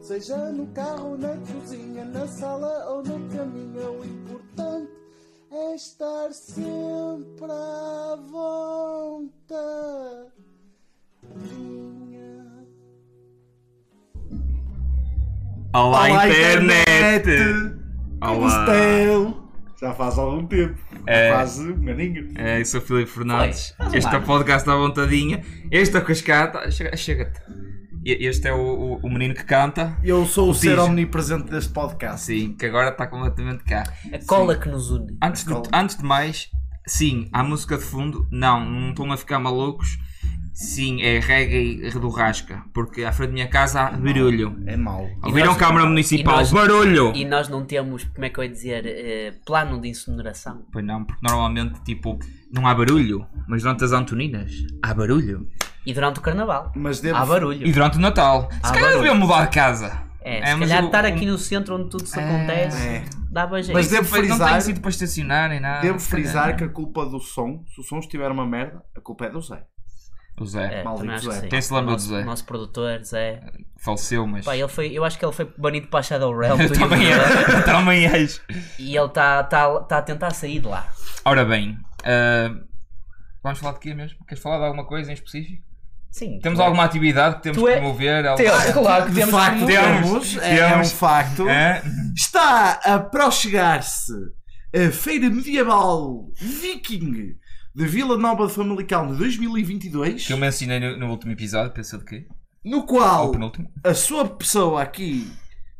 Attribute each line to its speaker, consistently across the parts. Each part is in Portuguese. Speaker 1: Seja no carro, na cozinha, na sala ou no caminho, é o importante é estar sempre à vontade.
Speaker 2: Olá,
Speaker 3: Olá,
Speaker 2: internet!
Speaker 3: Como estão? Já faz algum tempo. Faz um aninho.
Speaker 2: É, eu sou o Filipe Fernandes.
Speaker 3: Faz um
Speaker 2: este é o
Speaker 3: ano.
Speaker 2: podcast da vontadinha. Este é o Cascata. Chega- Chega-te. E- Este é o, o- o menino que canta.
Speaker 3: Eu sou o ser
Speaker 2: Diz.
Speaker 3: omnipresente deste podcast.
Speaker 2: Sim, que agora está completamente cá.
Speaker 4: A cola que nos une.
Speaker 2: Antes de,
Speaker 3: Calma.
Speaker 2: antes de mais, sim, há música de fundo. Não, não estão a ficar malucos. Sim, é reggae do Rasca. Porque à frente da minha casa há barulho.
Speaker 3: É mau.
Speaker 2: Ouviram
Speaker 4: nós-
Speaker 2: Câmara Municipal?
Speaker 4: e nós-
Speaker 2: barulho!
Speaker 4: E nós não temos, como é que eu ia dizer, eh, plano de incineração.
Speaker 2: Pois não, porque normalmente, tipo, não há barulho. Mas durante as Antoninas, há barulho.
Speaker 4: E durante o carnaval.
Speaker 3: Mas
Speaker 2: Ah,
Speaker 3: devo.
Speaker 4: Há
Speaker 2: E
Speaker 4: barulho.
Speaker 2: durante o Natal.
Speaker 4: Há
Speaker 2: se calhar
Speaker 4: barulho.
Speaker 2: deviam mudar de casa.
Speaker 4: É,
Speaker 2: É,
Speaker 4: se
Speaker 2: mas
Speaker 4: calhar
Speaker 2: o-
Speaker 4: estar
Speaker 2: o-
Speaker 4: aqui no centro onde tudo se
Speaker 2: É.
Speaker 4: acontece,
Speaker 3: É.
Speaker 4: dava jeito.
Speaker 3: Mas devo
Speaker 2: Foi- Não tenho
Speaker 3: frisar.
Speaker 2: sítio para estacionar nem nada.
Speaker 3: Devo
Speaker 2: se calhar.
Speaker 3: frisar que a culpa do som, se o som estiver uma merda, a culpa é do Zé.
Speaker 2: O Zé
Speaker 4: É,
Speaker 3: Maldito
Speaker 4: também acho
Speaker 3: Zé.
Speaker 4: que sim.
Speaker 2: Quem se lembra do
Speaker 4: nosso,
Speaker 2: Zé?
Speaker 4: Nosso produtor, Zé.
Speaker 2: faleceu, mas.
Speaker 4: Pá, ele né? foi, eu acho que ele foi banido para a Shadow Realm.
Speaker 2: Eu
Speaker 4: tu e eu,
Speaker 2: também acho. eu também acho.
Speaker 4: E ele está tá, tá a tentar sair de lá.
Speaker 2: Ora bem. ah, Vamos falar de quê mesmo? Queres falar de alguma coisa em específico?
Speaker 4: Sim.
Speaker 2: Temos
Speaker 4: tu é-
Speaker 2: alguma atividade que temos
Speaker 4: Tu
Speaker 2: que
Speaker 4: é-
Speaker 2: promover? Algo-
Speaker 4: Teu, claro que
Speaker 3: De
Speaker 4: temos
Speaker 3: facto,
Speaker 4: como-
Speaker 2: temos,
Speaker 3: temos. É, é um
Speaker 2: temos.
Speaker 3: facto.
Speaker 2: É?
Speaker 3: Está a prochegar-se a Feira Medieval Viking de Vila Nova de Famalicão de 2022,
Speaker 2: Que eu mencionei no, no último episódio, pensou de quê?
Speaker 3: no
Speaker 2: Ou
Speaker 3: qual
Speaker 2: penúltimo?
Speaker 3: a sua pessoa aqui,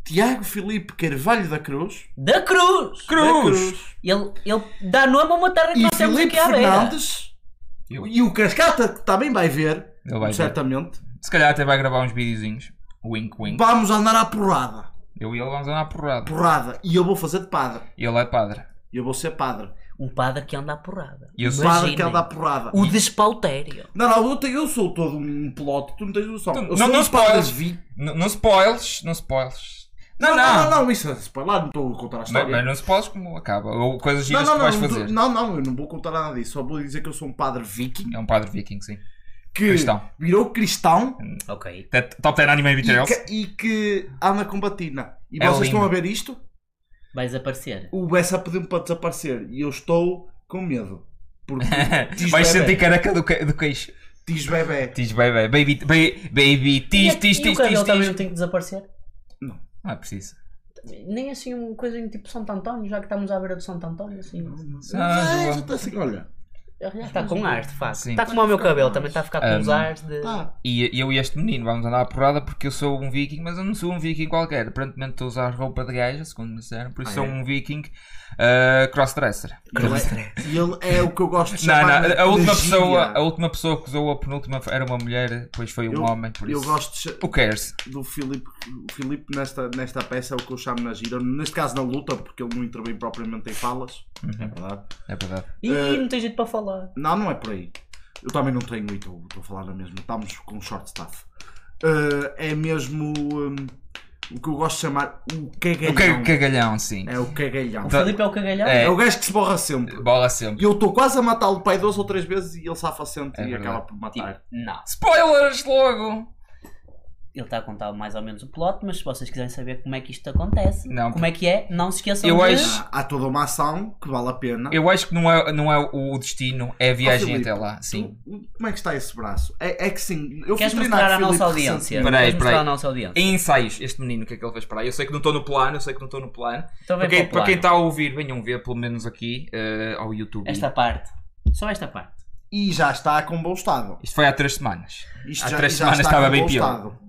Speaker 3: Tiago Filipe Carvalho da Cruz,
Speaker 4: Da Cruz!
Speaker 3: da
Speaker 2: Cruz!
Speaker 4: Ele, ele dá nome a uma terra que
Speaker 3: e
Speaker 4: nós temos
Speaker 3: Filipe
Speaker 4: aqui à beira.
Speaker 3: Fernandes
Speaker 2: Eu.
Speaker 3: e o Cascata que também vai ver,
Speaker 2: Ele vai ver.
Speaker 3: certamente.
Speaker 2: Se calhar até vai gravar uns videozinhos. Wink, wink.
Speaker 3: Vamos andar à porrada.
Speaker 2: Eu e ele vamos andar porrada.
Speaker 3: Porrada. E eu vou fazer de padre.
Speaker 2: Ele é padre.
Speaker 3: Eu vou ser padre.
Speaker 4: Um padre que anda à porrada.
Speaker 2: E eu sou-
Speaker 3: Um Padre
Speaker 4: Imaginem.
Speaker 3: que anda à porrada.
Speaker 4: O despautério.
Speaker 3: Não, não, eu, tenho- eu sou todo um plot, tu não tens noção.
Speaker 2: Tu-
Speaker 3: Eu
Speaker 2: Então, não-
Speaker 3: sou
Speaker 2: não
Speaker 3: um padre
Speaker 2: spoilers.
Speaker 3: vi-
Speaker 2: N- Não spoilers, não spoilers. Não, não,
Speaker 3: não, não, não, isso é spoiler, não estou a contar a
Speaker 2: Mas,
Speaker 3: história.
Speaker 2: mas não spoilers como acaba. Ou coisas giras
Speaker 3: não,
Speaker 2: que vais
Speaker 3: não,
Speaker 2: fazer.
Speaker 3: tu- não, não, eu não vou contar nada disso, só vou dizer que eu sou um padre viking
Speaker 2: É um padre viking, sim.
Speaker 3: que
Speaker 2: Cristão.
Speaker 3: virou cristão
Speaker 4: Ok.
Speaker 2: Te- Top 10 anime
Speaker 3: e
Speaker 2: videos.
Speaker 3: que, e que anda com batina. E
Speaker 2: É
Speaker 3: vocês
Speaker 2: lindo.
Speaker 3: estão a ver isto?
Speaker 4: Vais aparecer.
Speaker 3: O Bessa pediu-me para desaparecer e eu estou com medo. Porque tis
Speaker 2: Vais sentir
Speaker 3: bebé,
Speaker 2: careca do, que- do queixo.
Speaker 3: tis bebé.
Speaker 2: Tis, baby, baby, baby, baby tis, tis,
Speaker 4: e, e
Speaker 2: tis,
Speaker 4: o cabelo
Speaker 2: tis,
Speaker 4: também não
Speaker 2: tis.
Speaker 4: tem que desaparecer?
Speaker 2: Não é preciso.
Speaker 4: Nem assim um coisinho tipo Santo António, já que estamos à beira do Santo António, assim.
Speaker 2: Ah,
Speaker 3: Ah,
Speaker 2: João.
Speaker 3: já está assim, olha.
Speaker 4: Está tá com ar, de facto.
Speaker 2: Sim.
Speaker 4: Está como o meu cabelo, também está a ficar com
Speaker 2: Ah,
Speaker 4: os ares de.
Speaker 3: Ah,
Speaker 2: E eu e este menino vamos andar à porrada porque eu sou um viking, mas eu não sou um viking qualquer. Aparentemente estou a usar roupa de gaja, segundo me disseram, por isso
Speaker 3: Ah,
Speaker 2: sou
Speaker 3: é?
Speaker 2: um viking ah, crossdresser.
Speaker 4: é?
Speaker 3: ele, ele é o que eu gosto de
Speaker 2: Não,
Speaker 3: chamar.
Speaker 2: não,
Speaker 3: de
Speaker 2: a última,
Speaker 3: gíria.
Speaker 2: pessoa, a última pessoa que usou a penúltima era uma mulher, depois foi um
Speaker 3: Eu-
Speaker 2: homem, por
Speaker 3: Eu
Speaker 2: isso.
Speaker 3: gosto de cha-
Speaker 2: Who cares?
Speaker 3: do Filipe, o Filipe nesta, nesta peça é o que eu chamo na gira, neste caso na luta, porque ele não intervém propriamente em falas, é verdade.
Speaker 2: É verdade.
Speaker 4: Ih, não tem jeito para falar.
Speaker 3: Não, não é por aí. Eu também não tenho e estou estou a falar na mesma, estamos com short staff. Eh, é mesmo hum, o que eu gosto de chamar o cagalhão.
Speaker 2: O ca- cagalhão, sim.
Speaker 3: É o cagalhão.
Speaker 4: O
Speaker 2: Tá.
Speaker 4: Felipe é o cagalhão?
Speaker 2: É.
Speaker 3: É o gajo que se borra sempre.
Speaker 2: Bola sempre.
Speaker 3: E eu estou quase a matá-lo pai duas ou três vezes e ele safa sempre
Speaker 2: É
Speaker 3: e
Speaker 2: verdade.
Speaker 3: acaba por matar.
Speaker 4: Não.
Speaker 2: Spoilers logo!
Speaker 4: Ele está a contar mais ou menos o plot, mas se vocês quiserem saber como é que isto acontece,
Speaker 2: Não,
Speaker 4: como é que é, não se esqueçam
Speaker 2: Eu
Speaker 4: de...
Speaker 2: acho-
Speaker 3: Há há toda uma ação que vale a pena.
Speaker 2: Eu acho que não é, não é o destino, é a
Speaker 3: Ó,
Speaker 2: viagem
Speaker 3: Ah, Filipe,
Speaker 2: até lá. Sim.
Speaker 3: tu- como é que está esse braço? É, é que sim, eu
Speaker 4: Queres
Speaker 3: fui treinar
Speaker 4: mostrar à
Speaker 3: Filipe
Speaker 4: nossa audiência?
Speaker 3: recentemente.
Speaker 2: Peraí,
Speaker 4: Queres mostrar
Speaker 2: peraí.
Speaker 4: à nossa audiência?
Speaker 2: Em ensaios, este menino, o que é que ele fez para aí? Eu sei que não estou no plano, eu sei que não estou no plano.
Speaker 4: Então
Speaker 2: Para
Speaker 4: vem
Speaker 2: quem,
Speaker 4: para o
Speaker 2: para quem
Speaker 4: plano.
Speaker 2: está a ouvir, venham ver, pelo menos aqui, eh, ao YouTube.
Speaker 4: Esta parte. Só esta parte.
Speaker 3: E já está com bom estado.
Speaker 2: Isto foi há três semanas.
Speaker 3: Isto
Speaker 2: Há
Speaker 3: já,
Speaker 2: três
Speaker 3: já
Speaker 2: semanas
Speaker 3: está
Speaker 2: estava
Speaker 3: com
Speaker 2: bem
Speaker 3: bom
Speaker 2: pior.
Speaker 3: estado.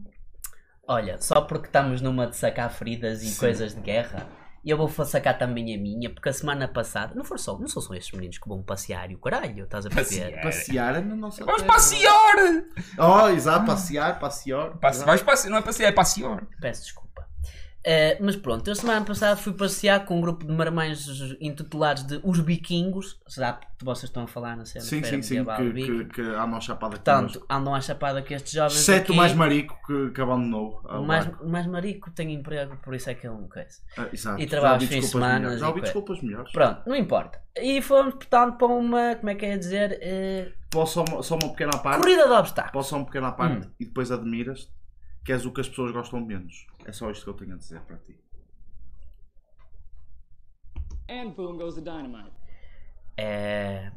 Speaker 4: Olha, só porque estamos numa de sacar feridas e coisas de guerra, eu vou fa- sacar também a minha, porque a semana passada. Não for só, não são só estes meninos que vão passear e o caralho, estás a perceber?
Speaker 2: Passear.
Speaker 3: Passear é na nossa
Speaker 2: Vamos
Speaker 3: terra.
Speaker 2: passear!
Speaker 3: Oh, exato, passear, passear.
Speaker 2: Passe, vais passear, não é passear, é passear.
Speaker 4: Peço desculpa. Eh, mas pronto, eu semana passada fui passear com um grupo de marmães intitulados de Os Biquingos. Será que vocês estão a falar na cena?
Speaker 3: Sim,
Speaker 4: Feira
Speaker 3: sim, sim,
Speaker 4: Medieval
Speaker 3: que, que,
Speaker 4: Bico?
Speaker 3: que há uma chapada aqui.
Speaker 4: Portanto, andam à chapada que estes jovens.
Speaker 3: Exceto
Speaker 4: aqui,
Speaker 3: o mais marico que, que abandonou.
Speaker 4: o
Speaker 3: ao
Speaker 4: mais,
Speaker 3: barco.
Speaker 4: o mais marico tem emprego, por isso é que é um coisa.
Speaker 3: Ah, exato.
Speaker 4: e trabalha
Speaker 3: Já ouvi
Speaker 4: aos fins de
Speaker 3: desculpas
Speaker 4: semana
Speaker 3: melhores. Já
Speaker 4: e
Speaker 3: ouvi
Speaker 4: coisa.
Speaker 3: desculpas melhores.
Speaker 4: Pronto, não importa. E fomos, portanto, para uma. Como é que é dizer? eh,
Speaker 3: Posso só uma, só uma pequena parte?
Speaker 4: corrida de obstáculos.
Speaker 3: um
Speaker 2: Hum.
Speaker 3: Posso só uma pequena parte e depois admiras-te? que és o que as pessoas gostam menos. É só isto que eu tenho a dizer para ti.
Speaker 5: And boom goes the dynamite.
Speaker 4: É...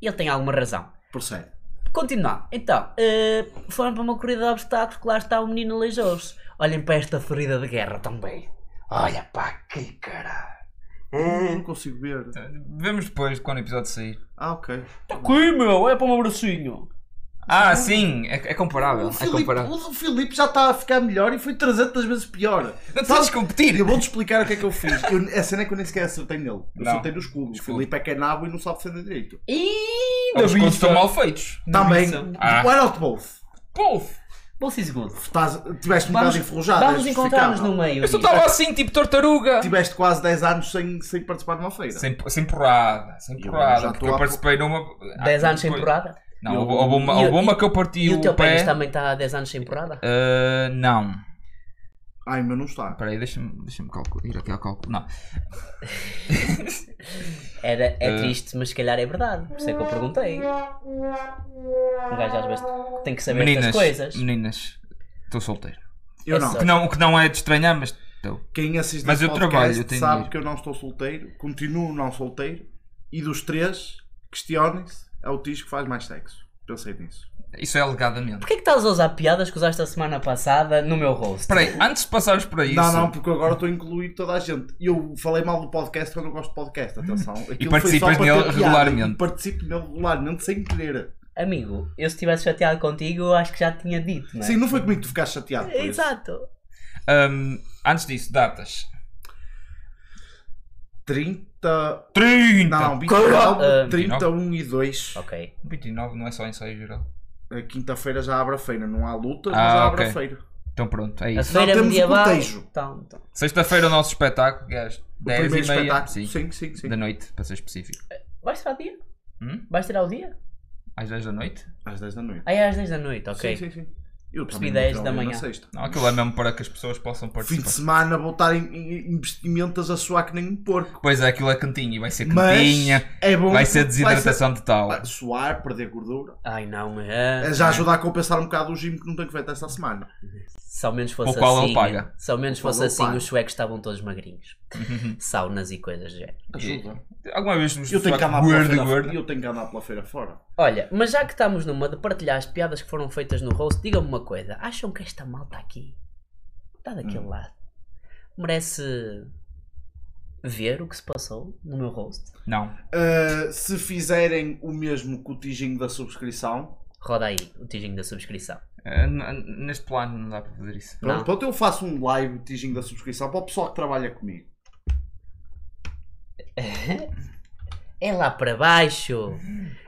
Speaker 4: Ele tem alguma razão.
Speaker 3: Prossegue.
Speaker 4: Continuar. Então, eh, foram para uma corrida de obstáculos que lá está o menino aleijou-se. Olhem para esta ferida de guerra também. Olha para aqui, cara.
Speaker 3: Não consigo ver.
Speaker 2: É. Vemos depois quando o episódio sair.
Speaker 3: Ah, ok.
Speaker 4: Está aqui, meu. É para o meu bracinho.
Speaker 2: Ah, sim, é, é comparável.
Speaker 3: O
Speaker 2: É
Speaker 3: Filipe,
Speaker 2: comparável.
Speaker 3: o Filipe já está a ficar melhor e foi 300 vezes pior.
Speaker 2: Não sabes competir!
Speaker 3: Eu vou-te explicar o que é que eu fiz. Eu, a cena é que eu nem sequer acertei nele. Eu
Speaker 2: Não.
Speaker 3: acertei nos clubes. O
Speaker 2: Desculpa.
Speaker 3: Filipe é canabo e não sabe defender direito.
Speaker 4: E...
Speaker 2: Os contos estão mal feitos.
Speaker 3: Também.
Speaker 2: Ah.
Speaker 3: Why not both?
Speaker 2: Povo!
Speaker 4: Bolsa segundos.
Speaker 3: Estás, tiveste um
Speaker 4: Vamos,
Speaker 3: bocado enferrujado. é
Speaker 4: vamos encontrar-nos
Speaker 3: justificável.
Speaker 4: no meio.
Speaker 2: Eu só
Speaker 4: amigo.
Speaker 2: estava assim, tipo tartaruga!
Speaker 3: Tiveste quase 10 anos sem, sem participar de uma feira.
Speaker 2: Sem, sem porrada, sem
Speaker 3: Eu
Speaker 2: porrada.
Speaker 3: já
Speaker 2: porque
Speaker 3: estou
Speaker 2: eu
Speaker 3: a-
Speaker 2: participei numa. há
Speaker 4: 10 anos sem
Speaker 2: coisa-
Speaker 4: porrada?
Speaker 2: Não, houve- houve uma, houve
Speaker 4: E o-
Speaker 2: uma que eu parti
Speaker 4: Ah, tá, E,
Speaker 2: o,
Speaker 4: o teu
Speaker 2: pé.
Speaker 4: pênis também está há 10 anos sem porrada?
Speaker 2: Ah, não.
Speaker 3: Ai, meu, não está.
Speaker 2: Espera aí, deixa-me deixa calcular. Ir aqui ao cálculo. Não.
Speaker 4: Era,
Speaker 2: Ah.
Speaker 4: é triste, mas se calhar é verdade. Por isso é que eu perguntei. Um gajo às vezes tem que saber
Speaker 2: Meninas.
Speaker 4: estas coisas.
Speaker 2: Meninas. Estou solteiro.
Speaker 3: Eu
Speaker 4: É
Speaker 3: não.
Speaker 4: só-
Speaker 2: O que não. O que não é de estranhar, mas estou.
Speaker 3: Quem assiste
Speaker 2: Mas
Speaker 3: este
Speaker 2: eu
Speaker 3: podcast
Speaker 2: trabalho, eu tenho
Speaker 3: sabe
Speaker 2: dinheiro.
Speaker 3: que eu não estou solteiro, continuo não solteiro, e dos três, questionem-se, é o Tis que faz mais sexo. Pensei nisso.
Speaker 2: Isso é alegadamente.
Speaker 4: Porquê que estás a usar piadas que usaste a semana passada no meu rosto?
Speaker 2: Espera aí, antes de passarmos para É isso.
Speaker 3: Não, não, porque agora estou a incluir toda a gente. E Eu falei mal do podcast, eu não gosto de podcast, atenção. Aquilo foi só
Speaker 2: participas
Speaker 3: para ter
Speaker 2: nele
Speaker 3: piada.
Speaker 2: regularmente.
Speaker 3: Participo nele regularmente, sem querer.
Speaker 4: Amigo, eu se estivesse chateado contigo, eu acho que já tinha dito, não é?
Speaker 3: Sim, não foi comigo que tu ficaste chateado. por isso.
Speaker 4: Exato.
Speaker 2: Ahm, hum, antes disso, datas.
Speaker 3: 30.
Speaker 2: 30!
Speaker 3: Não,
Speaker 4: Cara-
Speaker 3: 29,
Speaker 4: Ah,
Speaker 3: 31 e 2.
Speaker 4: Ok.
Speaker 2: 29 não é só ensaio geral.
Speaker 3: A quinta-feira já abre a feira. Não há luta, mas
Speaker 2: Ah,
Speaker 3: já abre
Speaker 2: ok.
Speaker 3: a feira.
Speaker 2: Então pronto, é
Speaker 4: A
Speaker 2: isso.
Speaker 3: Não,
Speaker 4: feira
Speaker 3: temos o
Speaker 4: medieval.
Speaker 3: cortejo.
Speaker 4: Então, então.
Speaker 2: Sexta-feira o nosso espetáculo, que é às
Speaker 3: O
Speaker 2: 10
Speaker 3: primeiro
Speaker 2: e meia.
Speaker 3: espetáculo. Sim, sim, sim.
Speaker 2: Da noite, para ser específico.
Speaker 4: Eh, Vais tirar o dia?
Speaker 2: Hum?
Speaker 4: Vais tirar o dia?
Speaker 2: Às 10 da noite?
Speaker 3: Às 10 da noite.
Speaker 4: Ah, é às 10 da noite, ok.
Speaker 3: Sim, sim, sim. Eu
Speaker 4: Percebi
Speaker 3: também
Speaker 4: 10
Speaker 3: vou
Speaker 4: da
Speaker 3: ter aula
Speaker 4: manhã.
Speaker 3: na sexta.
Speaker 2: Não, aquilo é mesmo para que as pessoas possam
Speaker 3: Fim de
Speaker 2: participar.
Speaker 3: semana vou estar em- em investimentas a suar que nem um porco.
Speaker 2: Pois é, aquilo é cantinho, vai ser
Speaker 3: Mas
Speaker 2: cantinha,
Speaker 3: é bom
Speaker 2: vai
Speaker 3: que- Ah,
Speaker 2: ser desidratação total.
Speaker 3: vai ser- Suar, perder gordura.
Speaker 4: Ai não, é.
Speaker 3: Já ajuda a compensar um bocado o gym que não tenho feito esta semana.
Speaker 4: Se ao menos fosse
Speaker 2: O qual ele
Speaker 4: assim.
Speaker 2: paga.
Speaker 4: Se ao menos
Speaker 3: O qual
Speaker 4: fosse
Speaker 3: ele
Speaker 4: assim,
Speaker 3: paga.
Speaker 4: os suecos estavam todos magrinhos.
Speaker 2: Uhum.
Speaker 4: Saunas e coisas do género.
Speaker 3: Ajuda.
Speaker 2: Alguma vez nos
Speaker 3: Eu tenho, que andar pela
Speaker 2: É. gordo,
Speaker 3: feira,
Speaker 2: gordo.
Speaker 3: eu tenho que andar pela feira fora.
Speaker 4: Olha, mas já que estamos numa de partilhar as piadas que foram feitas no roast, digam-me uma coisa. Acham que esta malta aqui, está daquele lado, merece ver o que se passou no meu roast?
Speaker 2: Não.
Speaker 3: Uh, se fizerem o mesmo com o tijinho da subscrição,
Speaker 4: Roda aí o tijinho da subscrição.
Speaker 2: Eh, n- n- neste plano não dá para fazer isso.
Speaker 3: pronto,
Speaker 4: Não.
Speaker 3: pronto, eu faço um live tijinho da subscrição para o pessoal que trabalha comigo.
Speaker 4: É lá para baixo,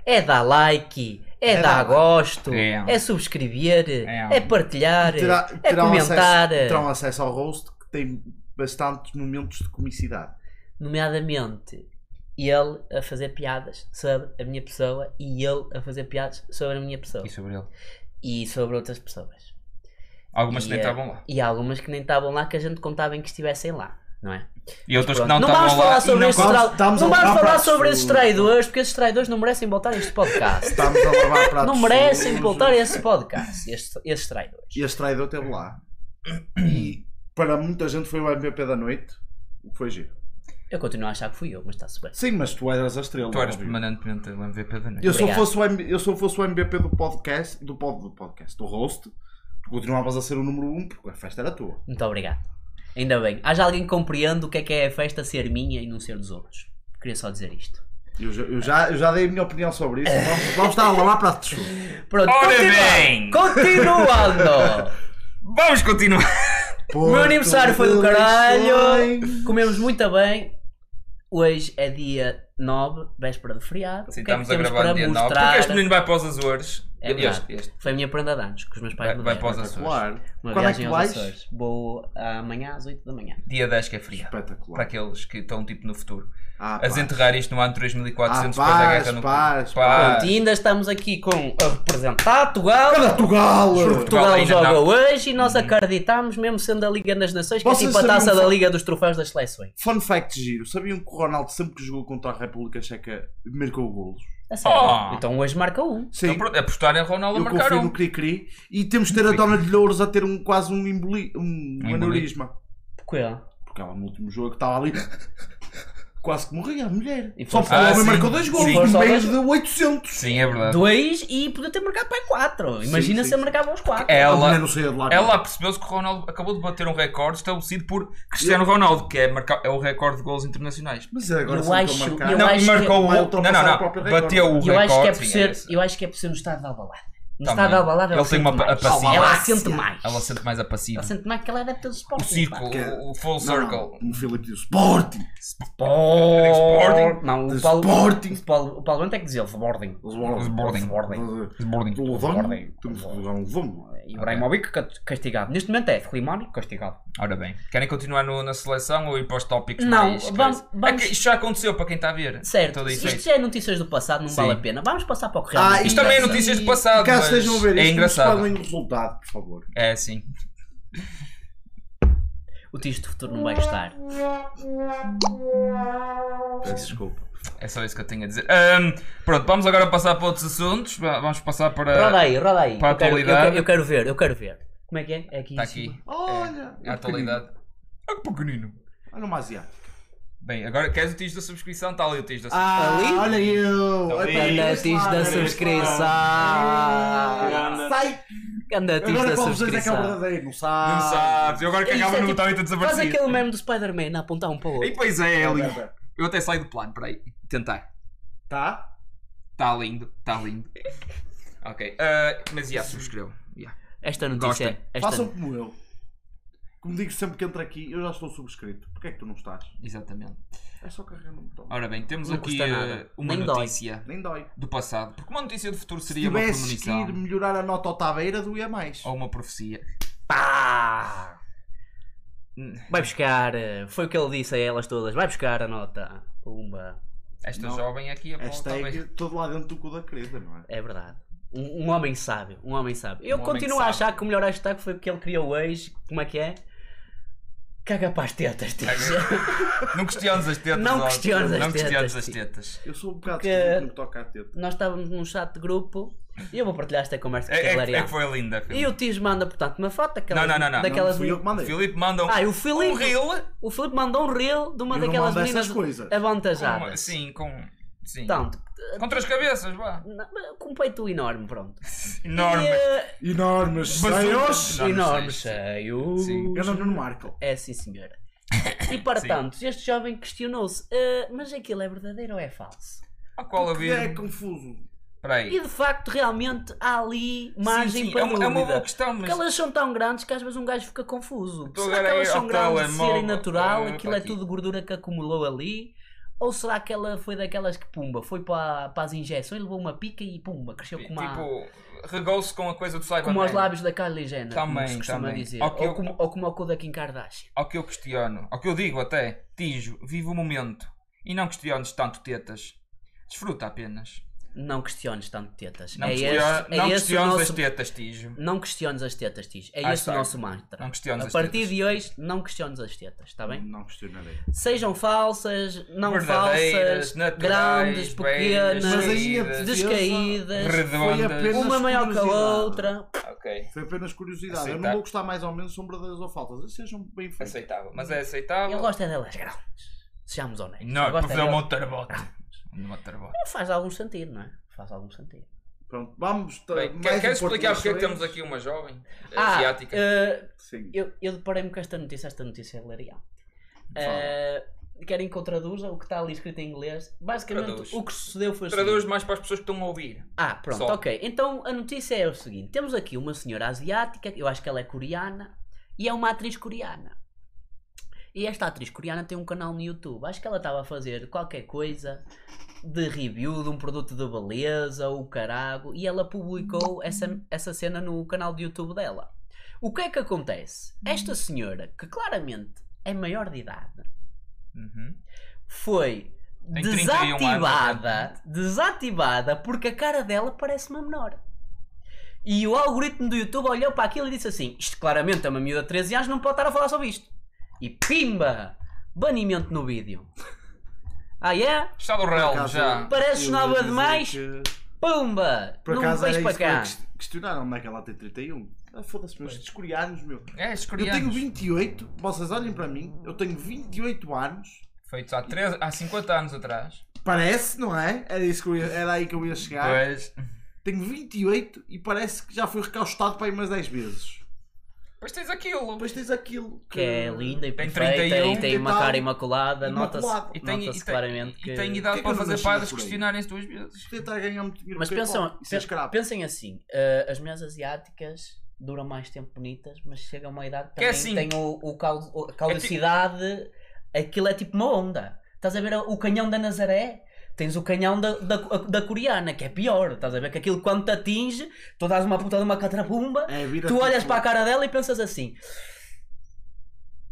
Speaker 4: é dar like, é,
Speaker 3: É
Speaker 4: dar
Speaker 3: dar-
Speaker 4: gosto,
Speaker 2: É.
Speaker 4: é, subscrever,
Speaker 2: É.
Speaker 4: é, partilhar,
Speaker 3: Terá-
Speaker 4: é
Speaker 3: terão
Speaker 4: comentar.
Speaker 3: Acesso, terão acesso ao roast que tem bastantes momentos de comicidade.
Speaker 4: nomeadamente ele a fazer piadas sobre a minha pessoa e ele a fazer piadas sobre a minha pessoa
Speaker 2: E sobre ele.
Speaker 4: e sobre outras pessoas.
Speaker 2: Algumas
Speaker 4: E,
Speaker 2: que nem
Speaker 4: eh,
Speaker 2: estavam lá.
Speaker 4: E há algumas que nem estavam lá que a gente contava em que estivessem lá, não é?
Speaker 2: E outras que
Speaker 4: Pronto,
Speaker 2: não
Speaker 4: vamos
Speaker 2: estavam lá.
Speaker 4: falar
Speaker 2: e
Speaker 4: sobre
Speaker 2: não
Speaker 4: esses
Speaker 2: con-
Speaker 3: vamos-
Speaker 4: tra-
Speaker 3: estamos a
Speaker 4: não vamos
Speaker 3: levar para
Speaker 4: falar
Speaker 3: a
Speaker 4: sobre esses
Speaker 3: sua-
Speaker 4: traidores, porque esses traidores não merecem voltar a este podcast.
Speaker 3: Estamos a levar pratos
Speaker 4: não merecem
Speaker 3: sujos.
Speaker 4: voltar a este podcast, estes, esses traidores.
Speaker 3: E este traidor esteve lá. E para muita gente foi o MVP da noite. O que foi giro.
Speaker 4: Eu continuo a achar que fui eu, mas está-se bem.
Speaker 3: Sim, mas tu eras a estrela.
Speaker 2: Tu eras
Speaker 3: óbvio.
Speaker 2: permanentemente o MVP da noite.
Speaker 3: Eu se eu
Speaker 4: Obrigado.
Speaker 3: fosse o M- eu se eu fosse o MVP do podcast, do, pod, do podcast, do host, tu continuavas a ser o número um, porque a festa era tua.
Speaker 4: Muito obrigado. Ainda bem. Haja alguém que compreende o que é que é a festa ser minha e não ser dos outros. Queria só dizer isto.
Speaker 3: Eu, já- eu já, eu já dei a minha opinião sobre isso. Vamos, vamos estar a lavar para te
Speaker 4: Pronto,
Speaker 2: Ora
Speaker 4: continua-
Speaker 2: bem!
Speaker 4: Continuando!
Speaker 2: Vamos continuar!
Speaker 4: o meu aniversário foi do caralho! Comemos muito bem. Hoje é dia 9, véspera de feriado.
Speaker 2: Sim,
Speaker 4: o que é que
Speaker 2: Assim, estamos a
Speaker 4: temos
Speaker 2: gravar
Speaker 4: para
Speaker 2: dia 9. Porque
Speaker 4: mostrar?
Speaker 2: este menino vai para os Azores.
Speaker 4: É
Speaker 2: este,
Speaker 4: verdade.
Speaker 2: este.
Speaker 4: Foi a minha prenda de anos que os meus pais
Speaker 2: Vai-
Speaker 4: me
Speaker 2: vai
Speaker 4: deram.
Speaker 2: para os Açores.
Speaker 3: Espetacular. Quando é
Speaker 4: Uma
Speaker 3: que
Speaker 4: viagem aos
Speaker 3: vais?
Speaker 4: Açores. Vou amanhã às 8 da manhã.
Speaker 2: Dia 10 que é feriado. Para
Speaker 3: Espetacular.
Speaker 2: aqueles que estão tipo no futuro.
Speaker 3: Ah,
Speaker 2: A
Speaker 3: pá.
Speaker 2: desenterrar isto no ano 3400
Speaker 3: Ah,
Speaker 2: depois da
Speaker 3: paz,
Speaker 2: guerra no
Speaker 3: paz,
Speaker 2: Paz.
Speaker 4: Pronto, e ainda estamos aqui com a representar Portugal.
Speaker 3: Portugal!
Speaker 4: Portugal
Speaker 2: ainda
Speaker 4: joga
Speaker 2: não.
Speaker 4: hoje e nós acreditamos, mesmo sendo a Liga das Nações, que é
Speaker 3: Vocês
Speaker 4: tipo a
Speaker 3: sabiam
Speaker 4: taça
Speaker 3: que-
Speaker 4: da Liga dos Troféus das Seleções.
Speaker 3: Fun fact giro, sabiam que o Ronaldo sempre que jogou contra a República Checa marcou golos?
Speaker 4: A sério.
Speaker 2: Oh.
Speaker 4: Então hoje marca um.
Speaker 3: Sim,
Speaker 2: Então, apostar em Ronaldo
Speaker 3: eu
Speaker 2: a marcar
Speaker 3: confio
Speaker 2: um.
Speaker 3: no Cri-Cri. E temos de ter a Dona de Louros a ter um, quase um, emboli, um,
Speaker 2: emboli-
Speaker 3: aneurisma.
Speaker 4: Porque é.
Speaker 3: Porque ela no último jogo estava ali. Quase que morria a mulher.
Speaker 4: E
Speaker 3: Só porque o
Speaker 4: foi- assim.
Speaker 2: Ah,
Speaker 3: homem
Speaker 2: sim.
Speaker 3: marcou dois gols
Speaker 2: Sim.
Speaker 3: no
Speaker 4: Só
Speaker 3: meio
Speaker 4: dois-
Speaker 3: de 800.
Speaker 2: Sim, é verdade.
Speaker 4: Dois e podia ter marcado para quatro. Imagina
Speaker 3: sim,
Speaker 4: se eu
Speaker 3: sim.
Speaker 4: marcava os quatro.
Speaker 3: A mulher
Speaker 2: Ela,
Speaker 3: não saía de lá.
Speaker 2: ela percebeu-se que o Ronaldo acabou de bater um recorde estabelecido por Cristiano Ronaldo, que é, marca- é o recorde de gols internacionais.
Speaker 3: Mas agora
Speaker 4: Eu
Speaker 3: se não
Speaker 4: acho-
Speaker 3: estou a marcar-
Speaker 4: eu
Speaker 2: não,
Speaker 4: acho
Speaker 2: e
Speaker 4: que- é
Speaker 2: marcou
Speaker 3: Vai
Speaker 2: o. Não, não,
Speaker 3: ultrapassar o
Speaker 2: não.
Speaker 3: próprio recorde.
Speaker 2: Bateu o recorde.
Speaker 4: eu, acho que é por
Speaker 2: sim,
Speaker 4: ser,
Speaker 2: essa.
Speaker 4: eu acho que é por ser no estado de Alvalade. No
Speaker 2: Também.
Speaker 4: estado de Alvalade ela
Speaker 2: Ele tem
Speaker 4: sente
Speaker 2: uma pa-
Speaker 4: mais.
Speaker 2: a paciência.
Speaker 4: Ela sente mais.
Speaker 2: Ela sente mais a
Speaker 4: é Ela
Speaker 2: passiva.
Speaker 4: sente mais que ela é adepta do
Speaker 2: O
Speaker 4: Sporting.
Speaker 2: círculo,
Speaker 3: Que-
Speaker 2: o- o full
Speaker 3: Não, não,
Speaker 2: circle.
Speaker 3: como o Filipe disse, Sporting!
Speaker 2: Sporting.
Speaker 4: Sporting. Não, o Paulo,
Speaker 3: Sporting.
Speaker 4: O Paulo, o Paulo Bento é que dizia o Sporting.
Speaker 2: Sporting. eh,
Speaker 4: Sporting.
Speaker 2: Sporting.
Speaker 3: Do Lodon, temos de jogar um Lodon.
Speaker 4: Ibrahimovic ca- castigado. Neste momento é Slimani castigado.
Speaker 2: Ora bem, querem continuar no- na seleção ou ir para os tópicos
Speaker 4: Não,
Speaker 2: mais...
Speaker 4: vamos-
Speaker 2: coisa?
Speaker 4: vamos-
Speaker 2: É que isto já aconteceu para quem está a ver.
Speaker 4: Certo,
Speaker 2: Todo isso
Speaker 4: isto
Speaker 2: é-
Speaker 4: já é notícias do passado, não
Speaker 2: Sim.
Speaker 4: vale a pena. Vamos passar para o que
Speaker 3: Ah,
Speaker 4: realmente
Speaker 2: Isto também é
Speaker 4: interessa.
Speaker 2: notícias do passado,
Speaker 3: Caso
Speaker 2: mas
Speaker 3: estejam a ver
Speaker 2: é
Speaker 3: isto,
Speaker 2: engraçado.
Speaker 3: nos falem o resultado, por favor.
Speaker 2: É, sim.
Speaker 4: O Tijo do Futuro não vai gostar.
Speaker 3: Peço desculpa.
Speaker 2: É só isso que eu tenho a dizer. Ahm, pronto, vamos agora passar para outros assuntos. Va- Vamos passar
Speaker 4: Roda
Speaker 2: para...
Speaker 4: aí, roda aí.
Speaker 2: para a
Speaker 4: eu, quero, eu,
Speaker 2: atualidade.
Speaker 4: quero, eu quero ver, eu quero ver. Como é que é? É aqui.
Speaker 2: Está
Speaker 4: em cima.
Speaker 3: Um
Speaker 2: aqui.
Speaker 3: Olha!
Speaker 2: é A atualidade. Ah, que pequenino.
Speaker 3: Olha uma asiática.
Speaker 2: Bem, agora queres o tijo da subscrição? Está ali o tijo da subscrição.
Speaker 3: Ah,
Speaker 6: Ali?
Speaker 3: olha eu!
Speaker 2: Ali.
Speaker 3: Epá,
Speaker 6: Andatis da subscrição!
Speaker 3: Sai!
Speaker 6: Andatis
Speaker 3: Agora
Speaker 6: da
Speaker 3: qual dos dois é que é o
Speaker 6: subscrição!
Speaker 3: verdadeiro? Não
Speaker 2: Não
Speaker 3: sabe!
Speaker 2: sabes. Eu agora
Speaker 4: Isto
Speaker 2: cagava
Speaker 4: é
Speaker 2: no
Speaker 4: tipo-
Speaker 2: botão e estou
Speaker 4: Faz
Speaker 2: desaparecido.
Speaker 4: aquele meme do Spider-Man a apontar um para o
Speaker 2: E
Speaker 4: outro.
Speaker 2: pois é, é lindo.
Speaker 3: Pera, pera.
Speaker 2: Eu até saio do plano, peraí. Tentar.
Speaker 3: Tá?
Speaker 2: Está lindo, está lindo. ok. ah, mas já, subscreva. Já.
Speaker 4: Esta notícia.
Speaker 2: Gostem.
Speaker 4: Esta...
Speaker 3: Façam como eu. Como digo sempre que entro aqui, eu já estou subscrito. Porquê é que tu não estás?
Speaker 2: Exatamente.
Speaker 3: É só carregar no botão.
Speaker 2: Ora bem, temos
Speaker 4: Não
Speaker 2: aqui
Speaker 4: custa
Speaker 2: eh,
Speaker 4: nada.
Speaker 2: uma
Speaker 4: Nem dói.
Speaker 2: notícia
Speaker 3: Nem dói.
Speaker 2: do passado. Porque uma notícia do futuro
Speaker 3: Se
Speaker 2: seria uma
Speaker 3: tivesse que
Speaker 2: premonição
Speaker 3: ir melhorar a nota ao Tabeira, doía mais.
Speaker 2: ou uma profecia.
Speaker 4: Pá!
Speaker 2: um-
Speaker 4: Vai buscar. eh, Foi o que ele disse a elas todas. Vai buscar a nota. Pumba.
Speaker 2: Esta
Speaker 3: Não.
Speaker 2: jovem é aqui aponta
Speaker 3: Hashtag todo lá dentro do cu da querida, não é?
Speaker 4: É verdade. Um, um homem sábio. Um homem sábio. Eu
Speaker 2: Um homem
Speaker 4: continuo a
Speaker 2: sábio.
Speaker 4: achar que o melhor hashtag foi porque ele criou hoje. Como é que é? Caga para as tetas,
Speaker 2: É
Speaker 4: Tijo.
Speaker 2: Não questiones as tetas.
Speaker 4: Não
Speaker 2: ó.
Speaker 4: questiones as
Speaker 2: Não questiones
Speaker 4: tetas,
Speaker 2: as
Speaker 4: sim.
Speaker 2: tetas.
Speaker 3: Eu sou um bocado
Speaker 4: Porque-
Speaker 3: esquisito no que toca a teta.
Speaker 4: Nós estávamos num chat de grupo e eu vou partilhar esta conversa
Speaker 2: É,
Speaker 4: com o
Speaker 2: é, que- é
Speaker 4: Hilarião.
Speaker 2: que foi linda.
Speaker 4: E
Speaker 2: Filipe.
Speaker 4: o Tijo manda, portanto, uma foto daquelas.
Speaker 2: Não, não, não, não.
Speaker 4: daquelas
Speaker 3: Fui eu que mandei.
Speaker 2: Filipe manda um,
Speaker 4: Ah, e o
Speaker 2: um
Speaker 4: Filipe.
Speaker 2: reel.
Speaker 4: O Filipe mandou um reel de uma
Speaker 3: Eu não
Speaker 4: daquelas
Speaker 3: mando essas
Speaker 4: meninas
Speaker 3: coisas.
Speaker 4: avantajadas.
Speaker 2: Com, sim, com. Sim.
Speaker 4: Portanto,
Speaker 2: Com três cabeças, vá.
Speaker 4: Então, na- com um peito enorme, pronto.
Speaker 2: Enorme.
Speaker 4: E, eh,
Speaker 3: Enormes
Speaker 2: Mas-
Speaker 3: seios!
Speaker 2: Enorme
Speaker 4: enorme
Speaker 2: seio.
Speaker 4: cheio.
Speaker 2: Sim.
Speaker 3: Eu não no Marco.
Speaker 4: É, sim, senhora. E para
Speaker 2: Sim.
Speaker 4: tanto, este jovem questionou-se: eh, mas aquilo é verdadeiro ou é falso?
Speaker 2: A qual a
Speaker 3: É
Speaker 2: vir.
Speaker 3: confuso.
Speaker 2: Espera aí.
Speaker 4: E de facto, realmente há ali margem
Speaker 2: Sim, sim,
Speaker 4: para
Speaker 2: é, uma, é uma
Speaker 4: dúvida.
Speaker 2: boa questão, mas.
Speaker 4: Porque elas são tão grandes que às vezes um gajo fica confuso.
Speaker 2: Estou
Speaker 4: Será que
Speaker 2: Então agora é
Speaker 4: elas
Speaker 2: aí
Speaker 4: são
Speaker 2: ao
Speaker 4: grandes de serem
Speaker 2: telemóvel.
Speaker 4: natural?
Speaker 2: Ah, tá
Speaker 4: Aquilo é
Speaker 2: aqui.
Speaker 4: tudo gordura que acumulou ali? Ou será que ela foi daquelas que, pumba, foi para, para as injeções, levou uma pica e, pumba, cresceu como, a-
Speaker 2: Tipo, regou-se com a coisa do Cyberman.
Speaker 4: como aos lábios da Kylie Jenner, como
Speaker 2: Também,
Speaker 4: se costuma
Speaker 2: também.
Speaker 4: dizer.
Speaker 2: Ao que
Speaker 4: Ou
Speaker 2: eu-
Speaker 4: como, ou como ao cu da Kim Kardashian.
Speaker 2: Ao que eu questiono, ao que eu digo até, Tijo, vive o momento e não questiones tanto tetas. Desfruta apenas.
Speaker 4: Não questiones tanto tetas.
Speaker 2: Não,
Speaker 4: é
Speaker 2: questio-
Speaker 4: esse,
Speaker 2: não
Speaker 4: é esse o
Speaker 2: questiones
Speaker 4: nosso...
Speaker 2: as tetas, Tijo.
Speaker 4: Não questiones as tetas, Tis. É
Speaker 2: Hashtag.
Speaker 4: esse o nosso mantra.
Speaker 2: Não questiones
Speaker 4: a
Speaker 2: as
Speaker 4: partir
Speaker 2: tetas.
Speaker 4: de hoje, não questiones as tetas, está bem?
Speaker 3: Não questionarei.
Speaker 4: Sejam falsas, não
Speaker 2: Verdadeiras,
Speaker 4: falsas,
Speaker 2: naturais,
Speaker 4: grandes, pequenas,
Speaker 2: Mas
Speaker 3: Mas aí a
Speaker 2: Descaídas.
Speaker 4: descaídas,
Speaker 3: Foi apenas-
Speaker 2: Redondas.
Speaker 4: uma maior que a
Speaker 3: curiosidade.
Speaker 4: outra.
Speaker 2: Ok,
Speaker 3: Foi apenas curiosidade. eu não
Speaker 2: Aceitar.
Speaker 3: vou gostar mais ou menos, são verdadeiras ou faltas. Sejam bem feitas.
Speaker 2: aceitável. Mas é aceitável.
Speaker 4: Eu gosto é delas grandes. Sejamos honestos.
Speaker 2: Não,
Speaker 4: Eu
Speaker 2: para
Speaker 4: gosto é
Speaker 2: fazer um
Speaker 4: delas-
Speaker 2: motorbote. Um motorbote.
Speaker 4: Faz algum sentido, não é? Faz algum sentido.
Speaker 3: Pronto, vamos. tá-
Speaker 2: Bem,
Speaker 3: mais
Speaker 2: quer- Queres
Speaker 3: um
Speaker 2: explicar porque é que
Speaker 3: português.
Speaker 2: temos aqui uma jovem
Speaker 4: Ah,
Speaker 2: asiática?
Speaker 4: eh,
Speaker 3: Sim.
Speaker 4: eu, eu deparei-me com esta notícia. Esta notícia é hilariante.
Speaker 2: Fala.
Speaker 4: Eh, querem que eu traduza o que está ali escrito em inglês? Basicamente,
Speaker 2: Traduz.
Speaker 4: o que sucedeu foi o seguinte.
Speaker 2: Traduz mais para as pessoas que estão a ouvir.
Speaker 4: Ah, pronto,
Speaker 2: Só.
Speaker 4: ok. Então a notícia é o seguinte: temos aqui uma senhora asiática, eu acho que ela é coreana, e é uma atriz coreana. E esta atriz coreana tem um canal no YouTube. Acho que ela estava a fazer qualquer coisa de review de um produto de beleza ou carago, e ela publicou essa, essa cena no canal do YouTube dela. O que é que acontece? Esta senhora, que claramente é maior de idade,
Speaker 2: Uhum.
Speaker 4: foi
Speaker 2: Tem 31
Speaker 4: desativada, desativada porque a cara dela parece uma menor. E o algoritmo do YouTube olhou para aquilo e disse assim: Isto claramente é uma miúda de 13 anos, não pode estar a falar sobre isto. E pimba! Banimento no vídeo. Ah, é?
Speaker 2: Está no realm já.
Speaker 4: Parece
Speaker 3: eu
Speaker 4: nova
Speaker 3: ia dizer
Speaker 4: demais.
Speaker 3: que-
Speaker 4: Pumba!
Speaker 3: Por
Speaker 4: não
Speaker 3: acaso
Speaker 4: vais
Speaker 3: era
Speaker 4: para
Speaker 3: isso
Speaker 4: cá.
Speaker 3: que me questionaram onde é que ela tem 31. Ah, foda-se, meus estes coreanos, meu.
Speaker 2: É, os
Speaker 3: Eu
Speaker 2: coreanos.
Speaker 3: tenho 28, vocês olhem para mim, eu tenho 28 anos,
Speaker 2: Feitos há, 13, há 50 anos atrás.
Speaker 3: parece, não é? Era, isso que eu ia- era aí que eu ia chegar.
Speaker 2: Pois.
Speaker 3: Tenho 28 e parece que já fui recaustado para aí umas 10 vezes.
Speaker 2: Pois tens aquilo.
Speaker 3: Depois tens aquilo
Speaker 4: Que é linda e
Speaker 2: Tem
Speaker 4: perfeita
Speaker 2: 31
Speaker 4: e tem
Speaker 3: e
Speaker 4: uma
Speaker 3: tal.
Speaker 4: cara imaculada. Nota-se
Speaker 3: Imaculado.
Speaker 2: E tem,
Speaker 4: nota-se
Speaker 2: e tem-
Speaker 4: claramente
Speaker 2: e
Speaker 4: que.
Speaker 2: tem idade
Speaker 3: Porquê que eu
Speaker 2: para
Speaker 3: não
Speaker 2: fazer
Speaker 3: nasci
Speaker 2: padres
Speaker 3: por aí?
Speaker 2: questionarem-se duas vezes.
Speaker 3: Tentar ganhar muito dinheiro
Speaker 4: Mas
Speaker 3: com
Speaker 4: pensam,
Speaker 3: PayPal. Isso é
Speaker 4: pe-
Speaker 3: escravo.
Speaker 4: pensem assim: eh, as mulheres asiáticas duram mais tempo bonitas, mas chegam a uma idade que
Speaker 2: Que é
Speaker 4: também
Speaker 2: assim.
Speaker 4: têm o, o caul- o- a caudicidade. Aquilo é tipo uma onda. Estás a ver o canhão da Nazaré? Tens o canhão da, da, da coreana, que é pior. Estás a ver que aquilo quando te atinge, tu dás uma puta de uma catrapumba,
Speaker 3: É, vira
Speaker 4: tu olhas
Speaker 3: tipo-
Speaker 4: para a cara dela e pensas assim: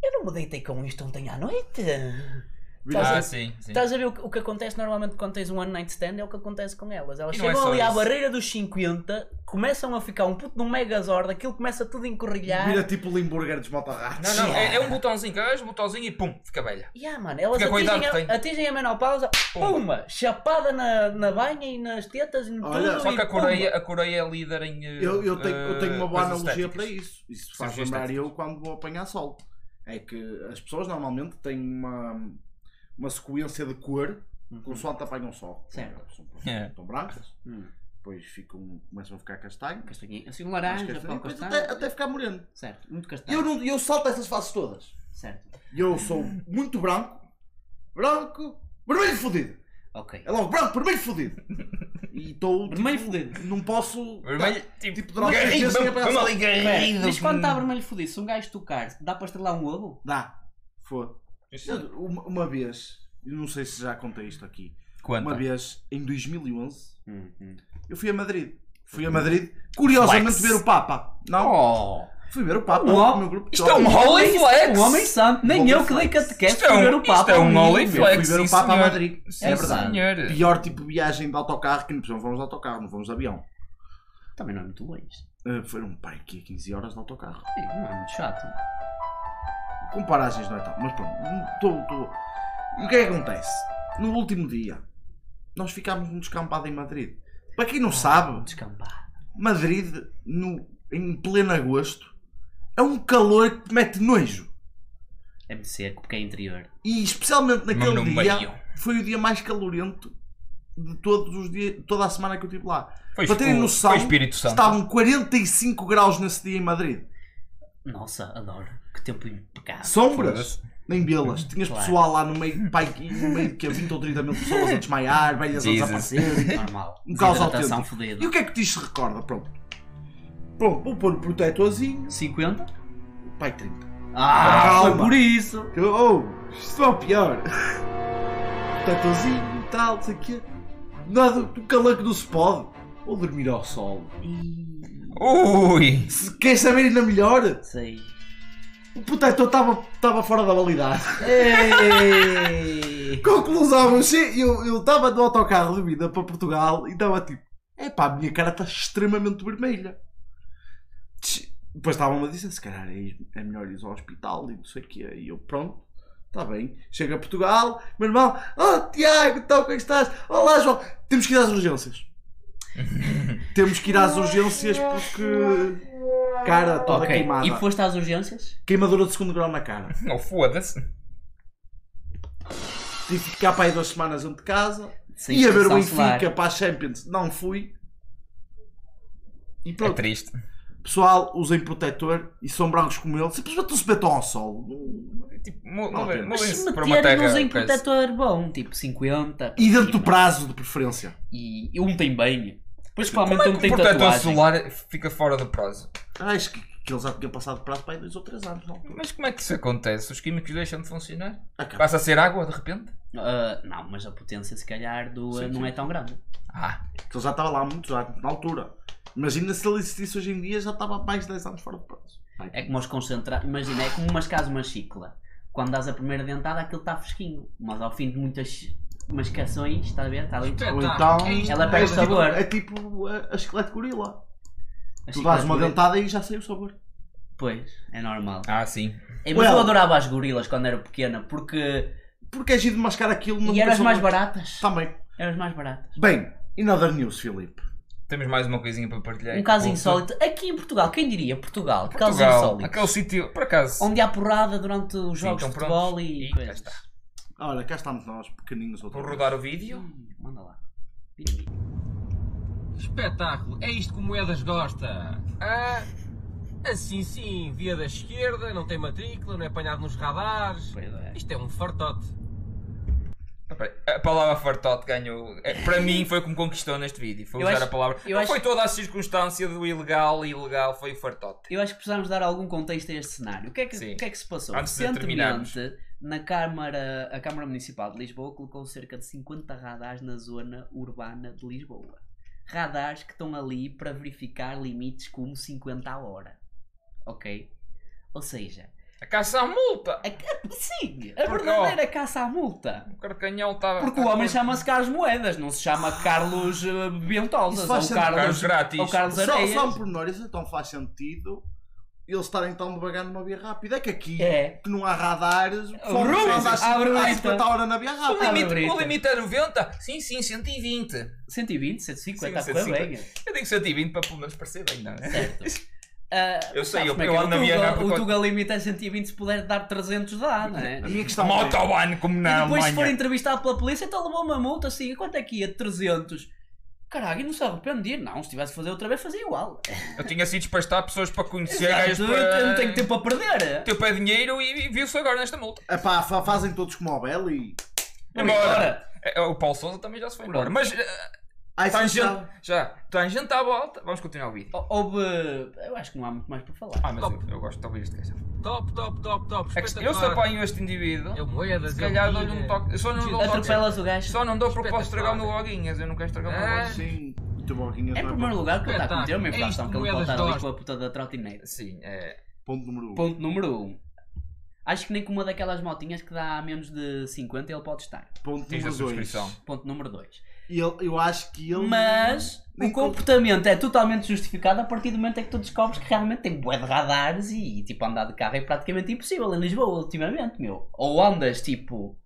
Speaker 4: Eu não me deitei com isto ontem à noite.
Speaker 3: vira- tipo-
Speaker 4: Estás
Speaker 2: Ah,
Speaker 4: a-
Speaker 2: sim, sim.
Speaker 4: Estás a ver o que, o que acontece normalmente quando tens um one night stand é o que acontece com elas. Elas
Speaker 2: E não é
Speaker 4: chegam
Speaker 2: só
Speaker 4: ali à
Speaker 2: isso.
Speaker 4: barreira dos 50, começam a ficar um puto de um megazord, aquilo começa tudo a encorrilhar.
Speaker 3: Vira tipo o Limburger dos motorratos.
Speaker 2: Não, não, é, é um botãozinho, carregas um botãozinho e pum, fica velha.
Speaker 4: Yeah, mano, elas
Speaker 2: Porque a
Speaker 4: atingem,
Speaker 2: qualidade que
Speaker 4: a,
Speaker 2: tem.
Speaker 4: atingem a menopausa, pumba, chapada na, na banha e nas tetas e em
Speaker 3: Olha,
Speaker 4: tudo.
Speaker 2: Só
Speaker 4: e
Speaker 2: que a
Speaker 4: pumba.
Speaker 2: Coreia, a Coreia é líder em. eh,
Speaker 3: Eu, eu tenho, eu tenho uma boa
Speaker 2: eh, coisas
Speaker 3: analogia
Speaker 2: estéticas.
Speaker 3: para isso. Isso faz
Speaker 2: Cirurgias
Speaker 3: lembrar
Speaker 2: estéticas.
Speaker 3: eu quando vou apanhar sol. É que as pessoas normalmente têm uma, uma sequência de cor consoante apanham sol.
Speaker 4: Uhum. Certo.
Speaker 3: São,
Speaker 2: É.
Speaker 3: são brancas,
Speaker 4: Hum.
Speaker 3: depois ficam, começam a ficar castanhas.
Speaker 4: Castanhinha, assim, um
Speaker 3: mais
Speaker 2: é
Speaker 4: laranja,
Speaker 3: castanhas,
Speaker 4: pão
Speaker 3: é depois
Speaker 4: castanho. Tá.
Speaker 3: até, até ficar moreno.
Speaker 4: Certo, muito castanho.
Speaker 3: Eu, não, eu salto essas faces todas.
Speaker 4: Certo,
Speaker 3: E Eu sou muito branco, branco, vermelho fodido.
Speaker 4: ok.
Speaker 3: É logo branco, vermelho fodido. E estou.
Speaker 2: Tipo
Speaker 3: tipo,
Speaker 4: Vermelho fudido.
Speaker 3: Não posso.
Speaker 2: Vermelho, tipo,
Speaker 3: Tipo, droga,
Speaker 2: guerreiro,
Speaker 3: eu sei
Speaker 2: vamos-
Speaker 3: apanhar
Speaker 2: vamos
Speaker 3: sol.
Speaker 2: ali,
Speaker 4: Espera,
Speaker 2: guerreiro.
Speaker 4: Mas quando está vermelho fudido, se um gajo tocar, dá para estrelar um ovo?
Speaker 3: Dá. Foi. Eu, uma, uma vez, eu não sei se já contei isto aqui.
Speaker 2: Quanto?
Speaker 3: Uma vez, em 2011,
Speaker 2: Hum,
Speaker 3: eu fui a Madrid. Fui a Madrid, curiosamente,
Speaker 2: Flex.
Speaker 3: ver o Papa. Não?
Speaker 2: Oh!
Speaker 3: Fui ver o Papa com
Speaker 4: Oh.
Speaker 3: o meu grupo. de
Speaker 2: Isto é um
Speaker 3: jovens.
Speaker 2: holy
Speaker 4: Isso,
Speaker 2: flex!
Speaker 4: Um homem santo, nem
Speaker 3: Holy
Speaker 4: eu que dei
Speaker 3: flex.
Speaker 4: catequese
Speaker 2: Isto é
Speaker 4: para
Speaker 2: um-
Speaker 4: ver o
Speaker 2: isto
Speaker 4: Papa.
Speaker 2: é
Speaker 4: um
Speaker 2: um
Speaker 4: menino.
Speaker 2: holy
Speaker 3: Eu fui
Speaker 2: flex,
Speaker 3: ver o
Speaker 2: sim,
Speaker 3: Papa a
Speaker 2: senhor.
Speaker 3: Madrid.
Speaker 2: Sim,
Speaker 3: é verdade.
Speaker 2: senhor.
Speaker 3: Pior tipo de viagem de autocarro que não vamos de autocarro, não vamos de avião.
Speaker 4: Também não é muito longe.
Speaker 3: Uh, foram pai aqui a 15 horas de autocarro.
Speaker 4: Sim, Não é muito chato.
Speaker 3: Com paragens não é tal, mas pronto. Tô, tô. E o que é que acontece? No último dia, nós ficámos num descampado em Madrid. Para quem
Speaker 2: Ah.
Speaker 3: não sabe,
Speaker 4: Descampado.
Speaker 3: Madrid, no- em pleno agosto, é um calor que te mete nojo.
Speaker 4: É muito seco porque é interior.
Speaker 3: E especialmente naquele
Speaker 2: Não, não
Speaker 3: dia,
Speaker 2: beiam.
Speaker 3: foi o dia mais calorento de todos os dias, toda a semana que eu estive lá.
Speaker 2: Foi,
Speaker 3: Para terem
Speaker 2: o-
Speaker 3: noção,
Speaker 2: foi Espírito Santo.
Speaker 3: Estavam 45 graus nesse dia em Madrid.
Speaker 4: Nossa, adoro. Que tempo impecável.
Speaker 3: Sombras, nem belas. Tinhas
Speaker 4: Claro.
Speaker 3: pessoal lá no meio, pai, no meio que a 20 ou 30 mil pessoas a desmaiar, velhas a
Speaker 2: Jesus.
Speaker 3: desaparecer.
Speaker 4: Normal.
Speaker 3: Um caos
Speaker 4: Desidratação
Speaker 3: autêntico.
Speaker 4: fodida.
Speaker 3: E o que é que te se recorda? Pronto. Pronto, vou pôr o protetorzinho.
Speaker 4: 50?
Speaker 3: Pai, 30.
Speaker 4: Ah,
Speaker 3: Calma.
Speaker 4: foi por isso.
Speaker 3: Que, oh, isto é o pior. Tatozinho e tal, não sei o quê. Nada do calor que não se pode. Ou dormir ao sol.
Speaker 2: Ui!
Speaker 3: Se queres saber ainda melhor,
Speaker 4: Sei.
Speaker 3: o protetor estava fora da validade.
Speaker 4: Ei!
Speaker 3: Conclusão, eu che- eu estava no autocarro de vida para Portugal e estava tipo, é pá, a minha cara está extremamente vermelha. Tch, Depois estavam-me a dizer, se calhar é, ir- é melhor ir ao hospital e não sei o que E eu, pronto, está bem. Chego a Portugal, meu irmão, oh Tiago, então como é que estás? Olá João, temos que ir às urgências. temos que ir às urgências porque. Cara, toda
Speaker 4: Ok,
Speaker 3: queimada.
Speaker 4: e foste às urgências?
Speaker 3: Queimadura de segundo grau na cara.
Speaker 2: Não foda-se. É
Speaker 3: Tive que ficar para aí duas semanas dentro de casa.
Speaker 4: Sem
Speaker 3: ia ver o
Speaker 4: proteção
Speaker 3: Benfica
Speaker 4: solar.
Speaker 3: para a Champions, não fui. E
Speaker 2: É
Speaker 3: pronto,
Speaker 2: triste.
Speaker 3: pessoal, usem protetor e são brancos como ele. Simplesmente não se metam ao sol.
Speaker 4: é
Speaker 2: Tipo, mu-
Speaker 3: Não,
Speaker 2: move-
Speaker 3: mas
Speaker 4: Mas
Speaker 2: movem-se
Speaker 4: se
Speaker 2: para uma terra.
Speaker 4: meterem nos em
Speaker 2: coisa.
Speaker 4: protetor bom, tipo 50.
Speaker 3: E dentro do prazo, de preferência.
Speaker 4: E e um tem banho. Principalmente
Speaker 2: Como é
Speaker 4: um
Speaker 2: que
Speaker 4: tem
Speaker 2: o protetor
Speaker 4: tatuagem.
Speaker 2: solar fica fora do prazo?
Speaker 3: Ah, Acho que, que eles já tinham passado de prazo para aí dois ou três anos. Não. Ah,
Speaker 2: Mas como é que isso acontece? Os químicos deixam de funcionar?
Speaker 3: Acaba.
Speaker 2: Passa a ser água de repente?
Speaker 4: Ah, não, mas a potência se calhar do,
Speaker 3: Sim,
Speaker 4: não
Speaker 3: sim.
Speaker 4: é tão grande.
Speaker 2: Ah,
Speaker 3: Ele já estava lá há muitos anos, na altura. Imagina se ele existisse hoje em dia, já estava há mais de 10 anos fora de prazo.
Speaker 4: É como os concentrados. Imagina, é como umas casas uma chicla. Quando dás a primeira dentada, aquilo está fresquinho. Mas ao fim de muitas mascações, está a ver? Está ali.
Speaker 3: Ou então,
Speaker 4: Ela perde
Speaker 3: é
Speaker 4: o sabor.
Speaker 3: Tipo, é tipo a, a esqueleto de gorila.
Speaker 4: a
Speaker 3: Tu
Speaker 4: chicla
Speaker 3: dás uma
Speaker 4: dura.
Speaker 3: dentada e já sai o sabor.
Speaker 4: Pois, é normal.
Speaker 2: ah sim.
Speaker 4: É, mas
Speaker 3: Well.
Speaker 4: eu adorava as gorilas quando era pequena, porque
Speaker 3: porque agir de mascar aquilo
Speaker 4: E eram as
Speaker 3: passou
Speaker 4: mais
Speaker 3: nada.
Speaker 4: baratas.
Speaker 3: Também.
Speaker 4: Eram as É mais baratas.
Speaker 3: Tá Bem, in other news, Filipe.
Speaker 2: Temos mais uma coisinha para partilhar.
Speaker 4: Um caso
Speaker 2: É Outra.
Speaker 4: insólito. Aqui em Portugal, quem diria? Portugal, casos
Speaker 2: Portugal,
Speaker 4: insólitos.
Speaker 2: aquele sítio, por acaso.
Speaker 4: Onde há porrada durante os
Speaker 2: Sim,
Speaker 4: jogos
Speaker 2: então
Speaker 4: de futebol
Speaker 2: prontos.
Speaker 4: e.
Speaker 2: E
Speaker 4: coisas.
Speaker 2: cá está.
Speaker 3: Ora, cá estamos nós, pequeninos outra
Speaker 2: Vou
Speaker 3: vez.
Speaker 2: rodar o vídeo.
Speaker 4: Hum, Manda lá.
Speaker 6: Espetáculo, é isto que o Moedas gosta. Ah, assim sim, via da esquerda, não tem matrícula, não é apanhado nos radares.
Speaker 4: Pois é.
Speaker 6: Isto é um fartote.
Speaker 2: Ah, peraí. A palavra fartote ganhou. é, Para mim foi o que me conquistou neste vídeo. Foi
Speaker 4: Eu
Speaker 2: usar
Speaker 4: acho-
Speaker 2: a palavra.
Speaker 4: eu
Speaker 2: Não
Speaker 4: acho-
Speaker 2: foi toda a circunstância do ilegal e ilegal, foi o fartote.
Speaker 4: Eu acho que precisamos dar algum contexto a este cenário. O que é que,
Speaker 2: Sim.
Speaker 4: o que, é que se passou?
Speaker 2: Antes de terminarmos.
Speaker 4: Recentemente, na Câmara, a Câmara Municipal de Lisboa colocou cerca de 50 radares na zona urbana de Lisboa. Radares que estão ali para verificar limites como 50 a hora. Ok? Ou seja,
Speaker 2: A caça à multa!
Speaker 4: a, a- sim, a
Speaker 2: Porque, Tá,
Speaker 4: verdadeira caça à multa.
Speaker 2: O carcanhão estava.
Speaker 4: Porque o homem chama-se Carlos Moedas, não se chama
Speaker 2: Ah.
Speaker 4: Carlos eh, Bentosa
Speaker 3: Isso
Speaker 4: ou
Speaker 3: faz sentido.
Speaker 2: Carlos
Speaker 4: Carlos,
Speaker 2: grátis.
Speaker 4: ou Carlos
Speaker 3: Só,
Speaker 4: Areias.
Speaker 3: só um pormenor, isso então faz sentido eles estarem tão devagar numa via rápida. É que aqui,
Speaker 4: É.
Speaker 3: que não há radares, o pessoal
Speaker 4: Bruno,
Speaker 3: anda a
Speaker 4: abre
Speaker 3: a
Speaker 4: brita.
Speaker 3: 50 horas na via
Speaker 2: O
Speaker 3: rápida.
Speaker 4: Ah,
Speaker 2: limite,
Speaker 4: Brita.
Speaker 2: o limite é 90? Sim, sim, 120.
Speaker 4: 120, 150,
Speaker 2: Sim,
Speaker 4: está a correr
Speaker 2: 150.
Speaker 4: bem.
Speaker 2: Eu digo 120 para pelo menos parecer bem, não é?
Speaker 4: Certo. Ah,
Speaker 2: Eu sei,
Speaker 4: sabes
Speaker 2: eu-
Speaker 4: como é
Speaker 2: eu
Speaker 4: que é?
Speaker 2: ando na minha
Speaker 4: o
Speaker 2: nave
Speaker 4: Tuga,
Speaker 2: quando-
Speaker 4: o Tuga limita a 120 se puder dar 300 dá, não é?
Speaker 3: A
Speaker 4: E
Speaker 3: minha questão é,
Speaker 2: Motobahn, como na
Speaker 4: depois se for
Speaker 2: Alemanha.
Speaker 4: entrevistado pela polícia então levou uma multa assim, quanto é que ia? 300 Caralho, e não se arrependia não, se tivesse a fazer outra vez fazia igual
Speaker 2: Eu tinha sido despastado pessoas para conhecer,
Speaker 4: Certo,
Speaker 2: gajos
Speaker 4: eu,
Speaker 2: para...
Speaker 4: eu não tenho tempo a perder
Speaker 2: Teu pé dinheiro e e viu-se agora nesta multa.
Speaker 3: é, epá, fa- fazem todos como o Belo e...
Speaker 2: Embora. É, O Paulo Souza também já se foi embora. Mas eh,
Speaker 3: Ai, sim, sabe.
Speaker 2: tangente, já, tangente à volta. Vamos continuar o vídeo.
Speaker 4: Hou- Houve... eu acho que não há muito mais para falar
Speaker 2: Ah, mas eu, eu gosto de ouvir este gajo.
Speaker 6: Top, top, top, top.
Speaker 2: É que eu se
Speaker 6: Espetacular.
Speaker 2: apanho este indivíduo,
Speaker 6: É o Moedas,
Speaker 2: se
Speaker 6: é o
Speaker 2: calhar dou-lhe
Speaker 6: Mina.
Speaker 2: um toque. Eu só não lhe dou um toque.
Speaker 4: Atropelas o gajo
Speaker 2: Só não dou porque posso estragar o meu
Speaker 6: Espetacular.
Speaker 2: loguinhas. Eu não quero estragar o meu
Speaker 6: Ah.
Speaker 2: loguinhas.
Speaker 3: Sim, o teu bloquinho
Speaker 4: Em
Speaker 3: não é
Speaker 4: primeiro
Speaker 3: bom.
Speaker 4: lugar, o que ele está a cometer é uma
Speaker 6: É isto,
Speaker 4: inflação que ele
Speaker 6: moedas
Speaker 4: está
Speaker 6: de
Speaker 4: ali
Speaker 6: ouro.
Speaker 4: com a puta da trotinete
Speaker 2: Sim, é.
Speaker 3: Ponto número 1. Um.
Speaker 4: Ponto número 1 um. Acho que nem com uma daquelas motinhas que dá menos de 50 ele pode estar
Speaker 3: Ponto
Speaker 2: Tens a
Speaker 3: número 2.
Speaker 2: subscrição.
Speaker 4: Ponto número 2.
Speaker 3: Eu acho que ele...
Speaker 4: Mas
Speaker 3: Nem
Speaker 4: o comportamento é totalmente justificado a partir do momento em que tu descobres que realmente tem bué de radares e tipo andar de carro é praticamente impossível em Lisboa ultimamente, meu. Ou andas tipo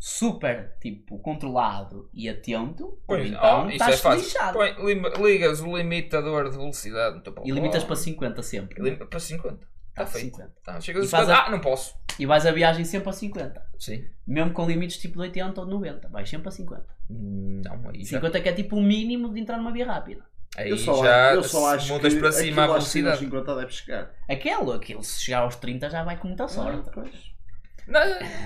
Speaker 4: super tipo controlado e atento, ou então
Speaker 2: oh, isso
Speaker 4: estás
Speaker 2: é fácil.
Speaker 4: lixado.
Speaker 2: Põe, lim- ligas o limitador de velocidade no teu
Speaker 4: E limitas para 50 sempre.
Speaker 2: oh. Lim- Para 50. Está
Speaker 4: Tá,
Speaker 2: feito.
Speaker 4: 50.
Speaker 2: Tá, chegas a
Speaker 4: E faz
Speaker 2: 50.
Speaker 4: a-
Speaker 2: Ah, não posso.
Speaker 4: E vais a viagem sempre a 50.
Speaker 2: Sim.
Speaker 4: Mesmo com limites tipo de 80 ou de 90, vais sempre a 50.
Speaker 2: Não, aí já.
Speaker 4: 50 que é tipo o mínimo de entrar numa via rápida.
Speaker 2: Aí
Speaker 3: eu só,
Speaker 2: já
Speaker 3: eu só acho
Speaker 2: mudas
Speaker 3: que
Speaker 2: para cima a
Speaker 3: aquilo acho que nos
Speaker 2: velocidade.
Speaker 3: 50 deve chegar.
Speaker 4: Aquele, aquele se chegar aos 30 já vai
Speaker 3: Ah,
Speaker 4: com muita sorte.
Speaker 2: Não,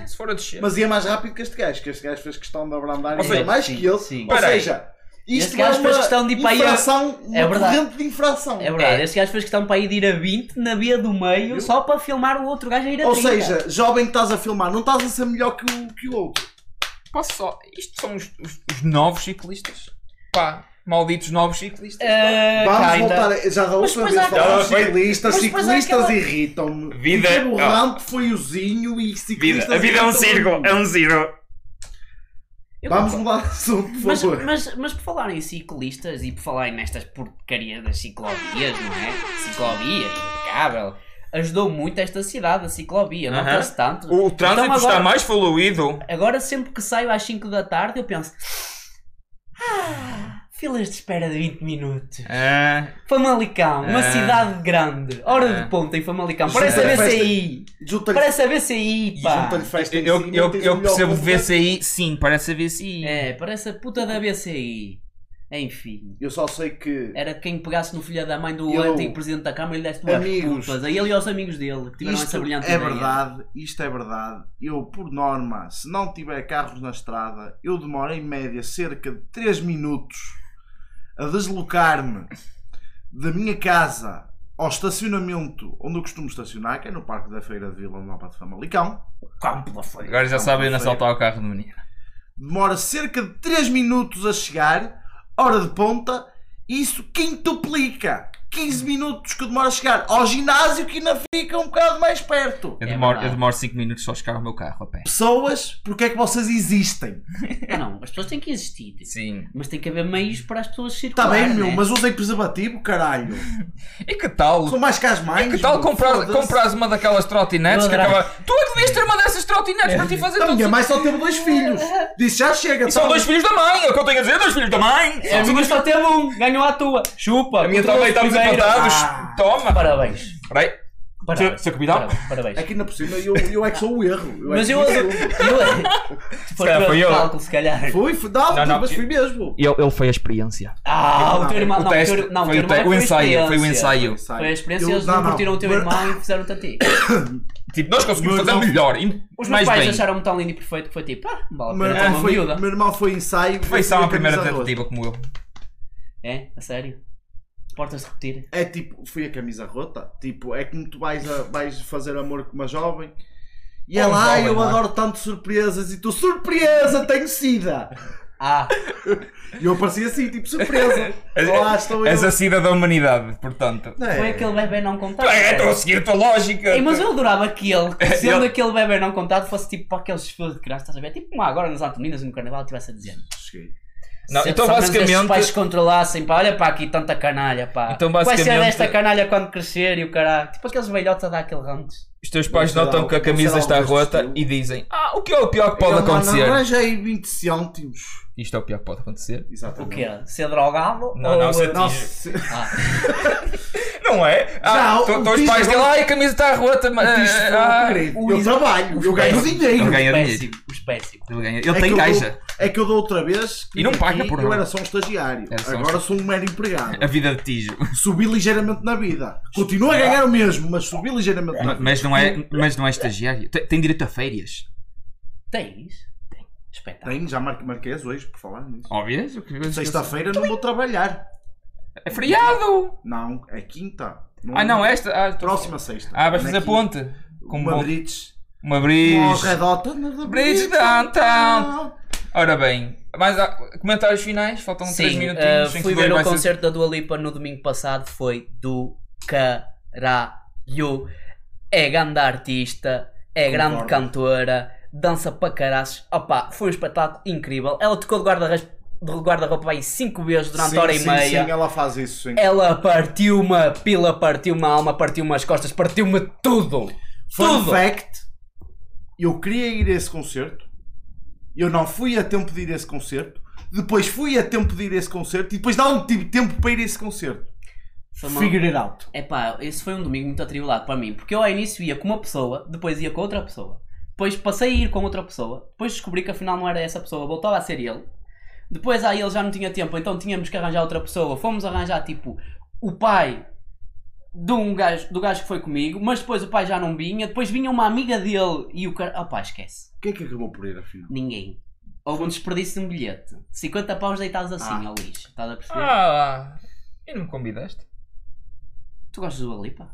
Speaker 2: se for a descer.
Speaker 3: Mas ia mais rápido que este gajo, que este gajo fez questão de abrandar
Speaker 2: Ou
Speaker 3: ainda
Speaker 2: seja,
Speaker 3: mais
Speaker 4: sim,
Speaker 3: que ele.
Speaker 4: sim.
Speaker 3: Ou
Speaker 2: Espera aí.
Speaker 3: seja,
Speaker 4: Este
Speaker 3: isto é
Speaker 4: gajo fez
Speaker 3: uma
Speaker 4: questão de ir para aí a-
Speaker 3: infração, uma
Speaker 4: É verdade.
Speaker 3: corrente de infração.
Speaker 4: É verdade,
Speaker 2: É.
Speaker 4: estes gajos depois que estão para ir de ir a 20 na via do meio
Speaker 3: Viu?
Speaker 4: só para filmar o outro gajo a ir a
Speaker 3: É. Ou
Speaker 4: 30.
Speaker 3: seja, jovem que estás a filmar, não estás a ser melhor que o, que o outro.
Speaker 2: Posso só. Isto são os, os- os novos ciclistas. Pá, malditos novos ciclistas.
Speaker 4: Eh,
Speaker 3: Vamos
Speaker 4: kinda.
Speaker 3: voltar. a- Já da outra
Speaker 4: Mas depois
Speaker 3: vez
Speaker 4: há-
Speaker 3: falámos
Speaker 2: Já foi-
Speaker 3: de ciclistas,
Speaker 4: mas depois há
Speaker 3: ciclistas
Speaker 4: aquela-
Speaker 3: irritam-me.
Speaker 2: Vida-
Speaker 3: Fiquei
Speaker 4: é-
Speaker 3: borrante, foi o zinho e ciclistas. irritam-me.
Speaker 4: é
Speaker 2: um círculo.
Speaker 4: Eu
Speaker 3: Vamos
Speaker 4: concordo.
Speaker 3: mudar de assunto, por
Speaker 4: mas,
Speaker 3: favor.
Speaker 4: mas, mas por falar em ciclistas e por falar nestas porcarias das ciclovias, não é? Ciclovia, impecável. Ajudou muito esta cidade, a ciclovia,
Speaker 2: Aham.
Speaker 4: nota-se tanto.
Speaker 2: O trânsito está
Speaker 4: Então agora-
Speaker 2: tá mais poluído.
Speaker 4: Agora sempre que saio às 5 da tarde eu penso... Ah, filas de espera de 20 minutos.
Speaker 2: É.
Speaker 4: Famalicão, uma
Speaker 2: É.
Speaker 4: cidade grande. Hora
Speaker 2: É.
Speaker 4: de ponta em Famalicão.
Speaker 3: Isso
Speaker 4: Parece
Speaker 2: é
Speaker 4: a
Speaker 3: festa.
Speaker 4: BCI.
Speaker 3: Junta-lhe
Speaker 4: Parece a BCI, pá.
Speaker 3: junta-lhe festa em
Speaker 2: Eu,
Speaker 3: cima, um
Speaker 2: eu,
Speaker 3: tens o
Speaker 2: eu
Speaker 3: melhor
Speaker 2: percebo
Speaker 3: convidado.
Speaker 2: VCI, sim, parece a VCI.
Speaker 4: É, parece a puta da BCI. Enfim.
Speaker 3: Eu só sei que
Speaker 4: Era quem pegasse no filho da mãe do
Speaker 3: Eu-
Speaker 4: antigo presidente da Câmara e lhe deste umas
Speaker 3: Amigos.
Speaker 4: putas. A ele e aos amigos dele, que tiveram essa
Speaker 3: Isto
Speaker 4: brilhante
Speaker 3: é
Speaker 4: ideia.
Speaker 3: verdade, isto é verdade. Eu, por norma, se não tiver carros na estrada, eu demoro em média cerca de 3 minutos a deslocar-me da minha casa ao estacionamento onde eu costumo estacionar, que é no Parque da Feira de Vila Nova de Famalicão.
Speaker 4: Campo da Feira.
Speaker 2: Agora já sabem onde assaltar o carro do menino.
Speaker 3: Demora cerca de 3 minutos a chegar, hora de ponta, e isso quintuplica. 15 minutos que demora a chegar ao ginásio que ainda fica um bocado mais perto.
Speaker 2: Eu
Speaker 4: É
Speaker 2: demoro, eu
Speaker 4: verdade.
Speaker 2: demoro 5 minutos só chegar ao meu carro a pé.
Speaker 3: Pessoas, porque é que vocês existem?
Speaker 4: Ah, não, as pessoas têm que existir.
Speaker 2: Sim.
Speaker 4: Mas tem que haver meios para as pessoas
Speaker 3: Está
Speaker 4: circular.
Speaker 3: Tá bem, meu,
Speaker 4: né?
Speaker 3: mas usem preservativo, caralho.
Speaker 2: E que tal? é
Speaker 3: São mais que as mães.
Speaker 2: Que tal
Speaker 3: meu,
Speaker 2: comprar,
Speaker 3: foda-se.
Speaker 2: comprar uma daquelas trotinetes
Speaker 4: Eu
Speaker 2: que
Speaker 4: adorava.
Speaker 2: acaba. Tu é que devias ter uma dessas trotinetes para ti fazer
Speaker 3: A
Speaker 2: tudo.
Speaker 3: Então, minha mãe só teve dois filhos. Disse, já chega.
Speaker 2: E são
Speaker 3: tá
Speaker 2: dois filhos da mãe, é o que eu tenho a dizer, dois filhos da mãe.
Speaker 4: A minha só teve um, ganhou à tua. Chupa,
Speaker 2: A minha
Speaker 4: controla-se
Speaker 2: também estamos
Speaker 4: primeiro.
Speaker 2: empatados.
Speaker 3: Ah.
Speaker 2: Toma.
Speaker 4: Parabéns.
Speaker 2: Peraí.
Speaker 4: Parabéns.
Speaker 2: Seu- seu capitão?
Speaker 4: Parabéns, Parabéns.
Speaker 3: Aqui na por cima eu, eu é que sou o erro. é
Speaker 4: Mas
Speaker 3: que
Speaker 4: eu.
Speaker 3: sou o
Speaker 4: eu,
Speaker 3: erro.
Speaker 4: se
Speaker 2: calhar
Speaker 4: for
Speaker 2: foi
Speaker 4: eu.
Speaker 2: eu.
Speaker 4: Cálculo, se calhar.
Speaker 3: Fui, fui, não,
Speaker 2: Não, não,
Speaker 3: mas
Speaker 2: eu-
Speaker 3: fui mesmo.
Speaker 2: Ele, ele foi a experiência.
Speaker 4: Ah, o teu irmão.
Speaker 2: o
Speaker 4: não,
Speaker 2: teste.
Speaker 4: o teu, não,
Speaker 2: foi o,
Speaker 4: teu
Speaker 2: te-
Speaker 4: irmão
Speaker 2: o
Speaker 4: é que
Speaker 2: ensaio. Foi o
Speaker 4: experiência.
Speaker 2: ensaio.
Speaker 4: Foi a experiência,
Speaker 3: Eu-
Speaker 4: eles
Speaker 3: não,
Speaker 4: não
Speaker 3: não.
Speaker 4: curtiram o teu
Speaker 3: Mas-
Speaker 4: irmão e fizeram-te a ti.
Speaker 2: Tipo, nós conseguimos
Speaker 3: Meu
Speaker 2: fazer
Speaker 3: irmão-
Speaker 2: melhor. e
Speaker 4: Os meus
Speaker 2: mais
Speaker 4: pais
Speaker 2: bem.
Speaker 4: acharam-me tão lindo e perfeito que foi tipo, ah, vale a
Speaker 3: Meu
Speaker 4: pena,
Speaker 3: irmão
Speaker 4: toma
Speaker 3: foi,
Speaker 4: miúda.
Speaker 3: meu irmão foi ensaio.
Speaker 2: Foi só uma
Speaker 3: a
Speaker 2: primeira
Speaker 3: camisa roxa.
Speaker 2: tentativa como eu.
Speaker 4: É, a sério. Portas de repetir.
Speaker 3: É tipo, fui a camisa rota. Tipo, é como tu vais, a- vais fazer amor com uma jovem. E
Speaker 2: Um
Speaker 3: ela, ai,
Speaker 2: jovem,
Speaker 3: eu
Speaker 2: não é?
Speaker 3: adoro tanto surpresas. E tu, surpresa, tenho sida.
Speaker 4: Ah,
Speaker 3: E eu apareci assim, tipo, surpresa. Olá, estou eu.
Speaker 2: És a cida da humanidade, portanto.
Speaker 3: Não é?
Speaker 4: foi aquele bebê não contado.
Speaker 2: É, estou a seguir a tua lógica.
Speaker 4: Ei, mas eu adorava que ele, que sendo
Speaker 2: Ele-
Speaker 4: aquele bebê não contado, fosse tipo para aqueles filhos de criança, estás a ver? Tipo como há agora nas Antoninas e no Carnaval estivesse a dizer.
Speaker 3: Cheguei.
Speaker 2: Não,
Speaker 4: Se-
Speaker 2: então
Speaker 4: só menos
Speaker 2: basicamente-
Speaker 4: estes pais controlassem, pá, olha para aqui tanta canalha, pá.
Speaker 2: Então,
Speaker 4: Vai ser
Speaker 2: basicamente-
Speaker 4: desta canalha quando crescer e o caralho. Tipo aqueles velhotes a dar aquele ramos.
Speaker 2: Os teus pais
Speaker 3: Não será-
Speaker 2: notam que a
Speaker 3: não
Speaker 2: camisa
Speaker 3: será
Speaker 2: está
Speaker 3: algo deste
Speaker 2: rota
Speaker 3: estilo.
Speaker 2: e dizem: Ah, o que é o pior que pode
Speaker 3: Ele, "Mano,
Speaker 2: acontecer?
Speaker 3: Arranjei 20 cêntimos.
Speaker 2: Isto é o pior que pode acontecer.
Speaker 4: O
Speaker 3: Exatamente.
Speaker 4: quê? Ser drogado?
Speaker 2: Não,
Speaker 4: ou...
Speaker 2: não, ser-
Speaker 3: Não, se-
Speaker 4: Ah,
Speaker 2: Não é? Ah,
Speaker 3: Já, o-
Speaker 2: to-
Speaker 3: o
Speaker 2: to- os
Speaker 3: Tijo
Speaker 2: pais
Speaker 3: agora-
Speaker 2: dele, ai, a camisa está rota, mas.
Speaker 3: Isto foi um
Speaker 2: ah,
Speaker 3: upgrade.
Speaker 4: o
Speaker 3: Eu
Speaker 4: Isa-
Speaker 3: trabalho, eu
Speaker 4: os
Speaker 3: ganho
Speaker 4: péssimos,
Speaker 3: dinheiro.
Speaker 2: Ele ganha
Speaker 4: os
Speaker 2: dinheiro.
Speaker 4: péssimos, Os péssimos.
Speaker 2: Ele, ganha- ele
Speaker 3: É
Speaker 2: tem
Speaker 3: que eu
Speaker 2: gaja.
Speaker 3: dou- é que eu da outra vez
Speaker 2: E não
Speaker 3: vim
Speaker 2: paga
Speaker 3: aqui,
Speaker 2: por
Speaker 3: Eu
Speaker 2: nada.
Speaker 3: era só um estagiário.
Speaker 2: Era só um É.
Speaker 3: Agora sou um mero empregado.
Speaker 2: A vida de Tijo.
Speaker 3: Subi ligeiramente na vida. Continuo a ganhar o mesmo, mas subi ligeiramente na vida.
Speaker 2: Mas não é, mas não é estagiário. Tem, tem direito a férias.
Speaker 4: Tens? Tem. Espetáculo.
Speaker 3: Tenho, já mar- marquei as hoje, por falar nisso.
Speaker 2: Óbvio? que- que- que-
Speaker 3: Sexta-feira não vou trabalhar.
Speaker 2: É feriado!
Speaker 3: Não, é quinta.
Speaker 2: Ah, não, esta. Ah, tô-
Speaker 3: Próxima sexta. é
Speaker 2: Ah, vais fazer
Speaker 3: Aqui.
Speaker 2: ponte. Com um
Speaker 3: Uma
Speaker 2: bom- um
Speaker 3: Brits.
Speaker 2: Uma brisa. Bridge downtown. Ora bem, mais há- comentários finais? Faltam 3
Speaker 4: Sim,
Speaker 2: minutinhos.
Speaker 4: eh,
Speaker 2: sem
Speaker 4: fui
Speaker 2: saber,
Speaker 4: ver o
Speaker 2: vai ser-
Speaker 4: concerto da Dua Lipa no domingo passado, foi do caralho. É grande artista, é grande
Speaker 3: Concordo.
Speaker 4: cantora, dança para caraças. Opa, foi um espetáculo incrível. Ela tocou de guarda-ras- de guarda-roupa aí 5 vezes durante
Speaker 3: Sim,
Speaker 4: a hora e
Speaker 3: sim,
Speaker 4: meia.
Speaker 3: Sim, ela faz isso, sim.
Speaker 4: assim? Ela partiu uma pila, partiu uma alma, partiu umas costas, partiu-me tudo.
Speaker 3: Fun
Speaker 4: Tudo.
Speaker 3: fact, eu queria ir a esse concerto, eu não fui a tempo de ir a esse concerto, depois fui a tempo de ir a esse concerto e depois não tive tempo para ir a esse concerto.
Speaker 4: Foi uma-
Speaker 3: Figure it out.
Speaker 4: Epá, esse foi um domingo muito atribulado para mim, porque eu ao início ia com uma pessoa, depois ia com outra pessoa, depois passei a ir com outra pessoa, depois descobri que afinal não era essa pessoa, voltava a ser ele. Depois aí ele já não tinha tempo, então tínhamos que arranjar outra pessoa. Fomos arranjar tipo o pai de um gajo, do gajo que foi comigo, mas depois o pai já não vinha, depois vinha uma amiga dele e o cara. Opá, esquece.
Speaker 3: O que é que acabou por ir afinal?
Speaker 4: Ninguém. Houve um desperdício de um bilhete. 50 paus deitados assim
Speaker 3: Ah.
Speaker 4: ao lixo. Estás a perceber?
Speaker 2: Ah, e não me convidaste?
Speaker 4: Tu gostas do Alipa?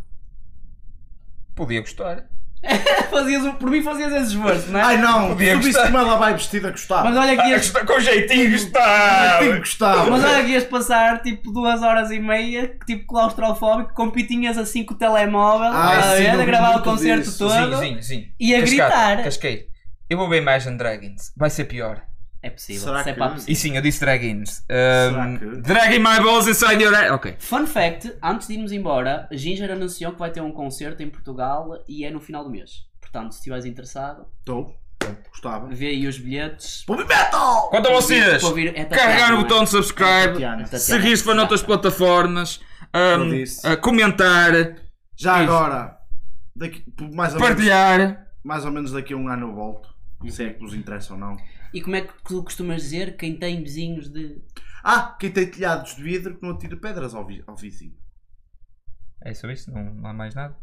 Speaker 2: Podia gostar.
Speaker 4: fazias, o- por mim fazias esse esforço, não é?
Speaker 3: Ai não,
Speaker 2: Podia
Speaker 3: tu viste
Speaker 2: gostar.
Speaker 3: como ela vai vestida Gustavo.
Speaker 4: Mas olha que ias,
Speaker 2: Gostar Ah, com jeitinho,
Speaker 3: Tem
Speaker 2: gostava!
Speaker 3: Gustavo.
Speaker 4: mas olha que ias passar tipo duas horas e meia, tipo claustrofóbico, com pitinhas assim com o telemóvel, tá
Speaker 3: Ah,
Speaker 4: a,
Speaker 3: sim,
Speaker 4: ver,
Speaker 3: eu
Speaker 4: a
Speaker 3: vi
Speaker 4: gravar o
Speaker 3: muito
Speaker 4: concerto
Speaker 3: disso.
Speaker 4: todo
Speaker 2: Sim, sim, sim.
Speaker 4: e a gritar.
Speaker 2: Casquei. Eu vou ver Imagine Dragons. Vai ser pior.
Speaker 4: É possível,
Speaker 3: Será
Speaker 4: se é
Speaker 3: que-
Speaker 4: pá possível.
Speaker 2: E sim, eu disse Dragons.
Speaker 3: Será
Speaker 4: é-
Speaker 2: Ahm,
Speaker 4: Hum.
Speaker 3: que-
Speaker 2: Dragging my balls inside your ass. Ok.
Speaker 4: Fun fact, antes de irmos embora, Ginger anunciou que vai ter um concerto em Portugal e é no final do mês. Portanto, se estiveres interessado,
Speaker 3: Estou. Gustavo.
Speaker 4: vê aí os bilhetes.
Speaker 3: Bobby Metal!
Speaker 2: Quanto a Então, vocês,
Speaker 4: Para ouvir- é Tatiana,
Speaker 2: carregar
Speaker 4: não
Speaker 2: o
Speaker 4: é?
Speaker 2: botão de subscribe,
Speaker 3: Tatiana.
Speaker 2: seguir-se para noutras plataformas, ahm,
Speaker 3: Eu disse.
Speaker 2: ah, comentar,
Speaker 3: Já
Speaker 2: Isso.
Speaker 3: agora, daqui, por mais, ou menos,
Speaker 2: partilhar.
Speaker 3: mais ou menos daqui a um ano eu volto. Não sei é que vos interessa ou não.
Speaker 4: E como é que tu costumas dizer quem tem vizinhos de.
Speaker 3: Ah, quem tem telhados de vidro que não atira pedras ao, vi- ao vizinho.
Speaker 2: É só isso? Não, há mais nada?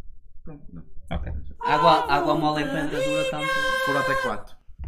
Speaker 3: Pronto, não.
Speaker 2: Ok.
Speaker 4: Água, água mole em pedra dura tanto.
Speaker 3: Por até 4.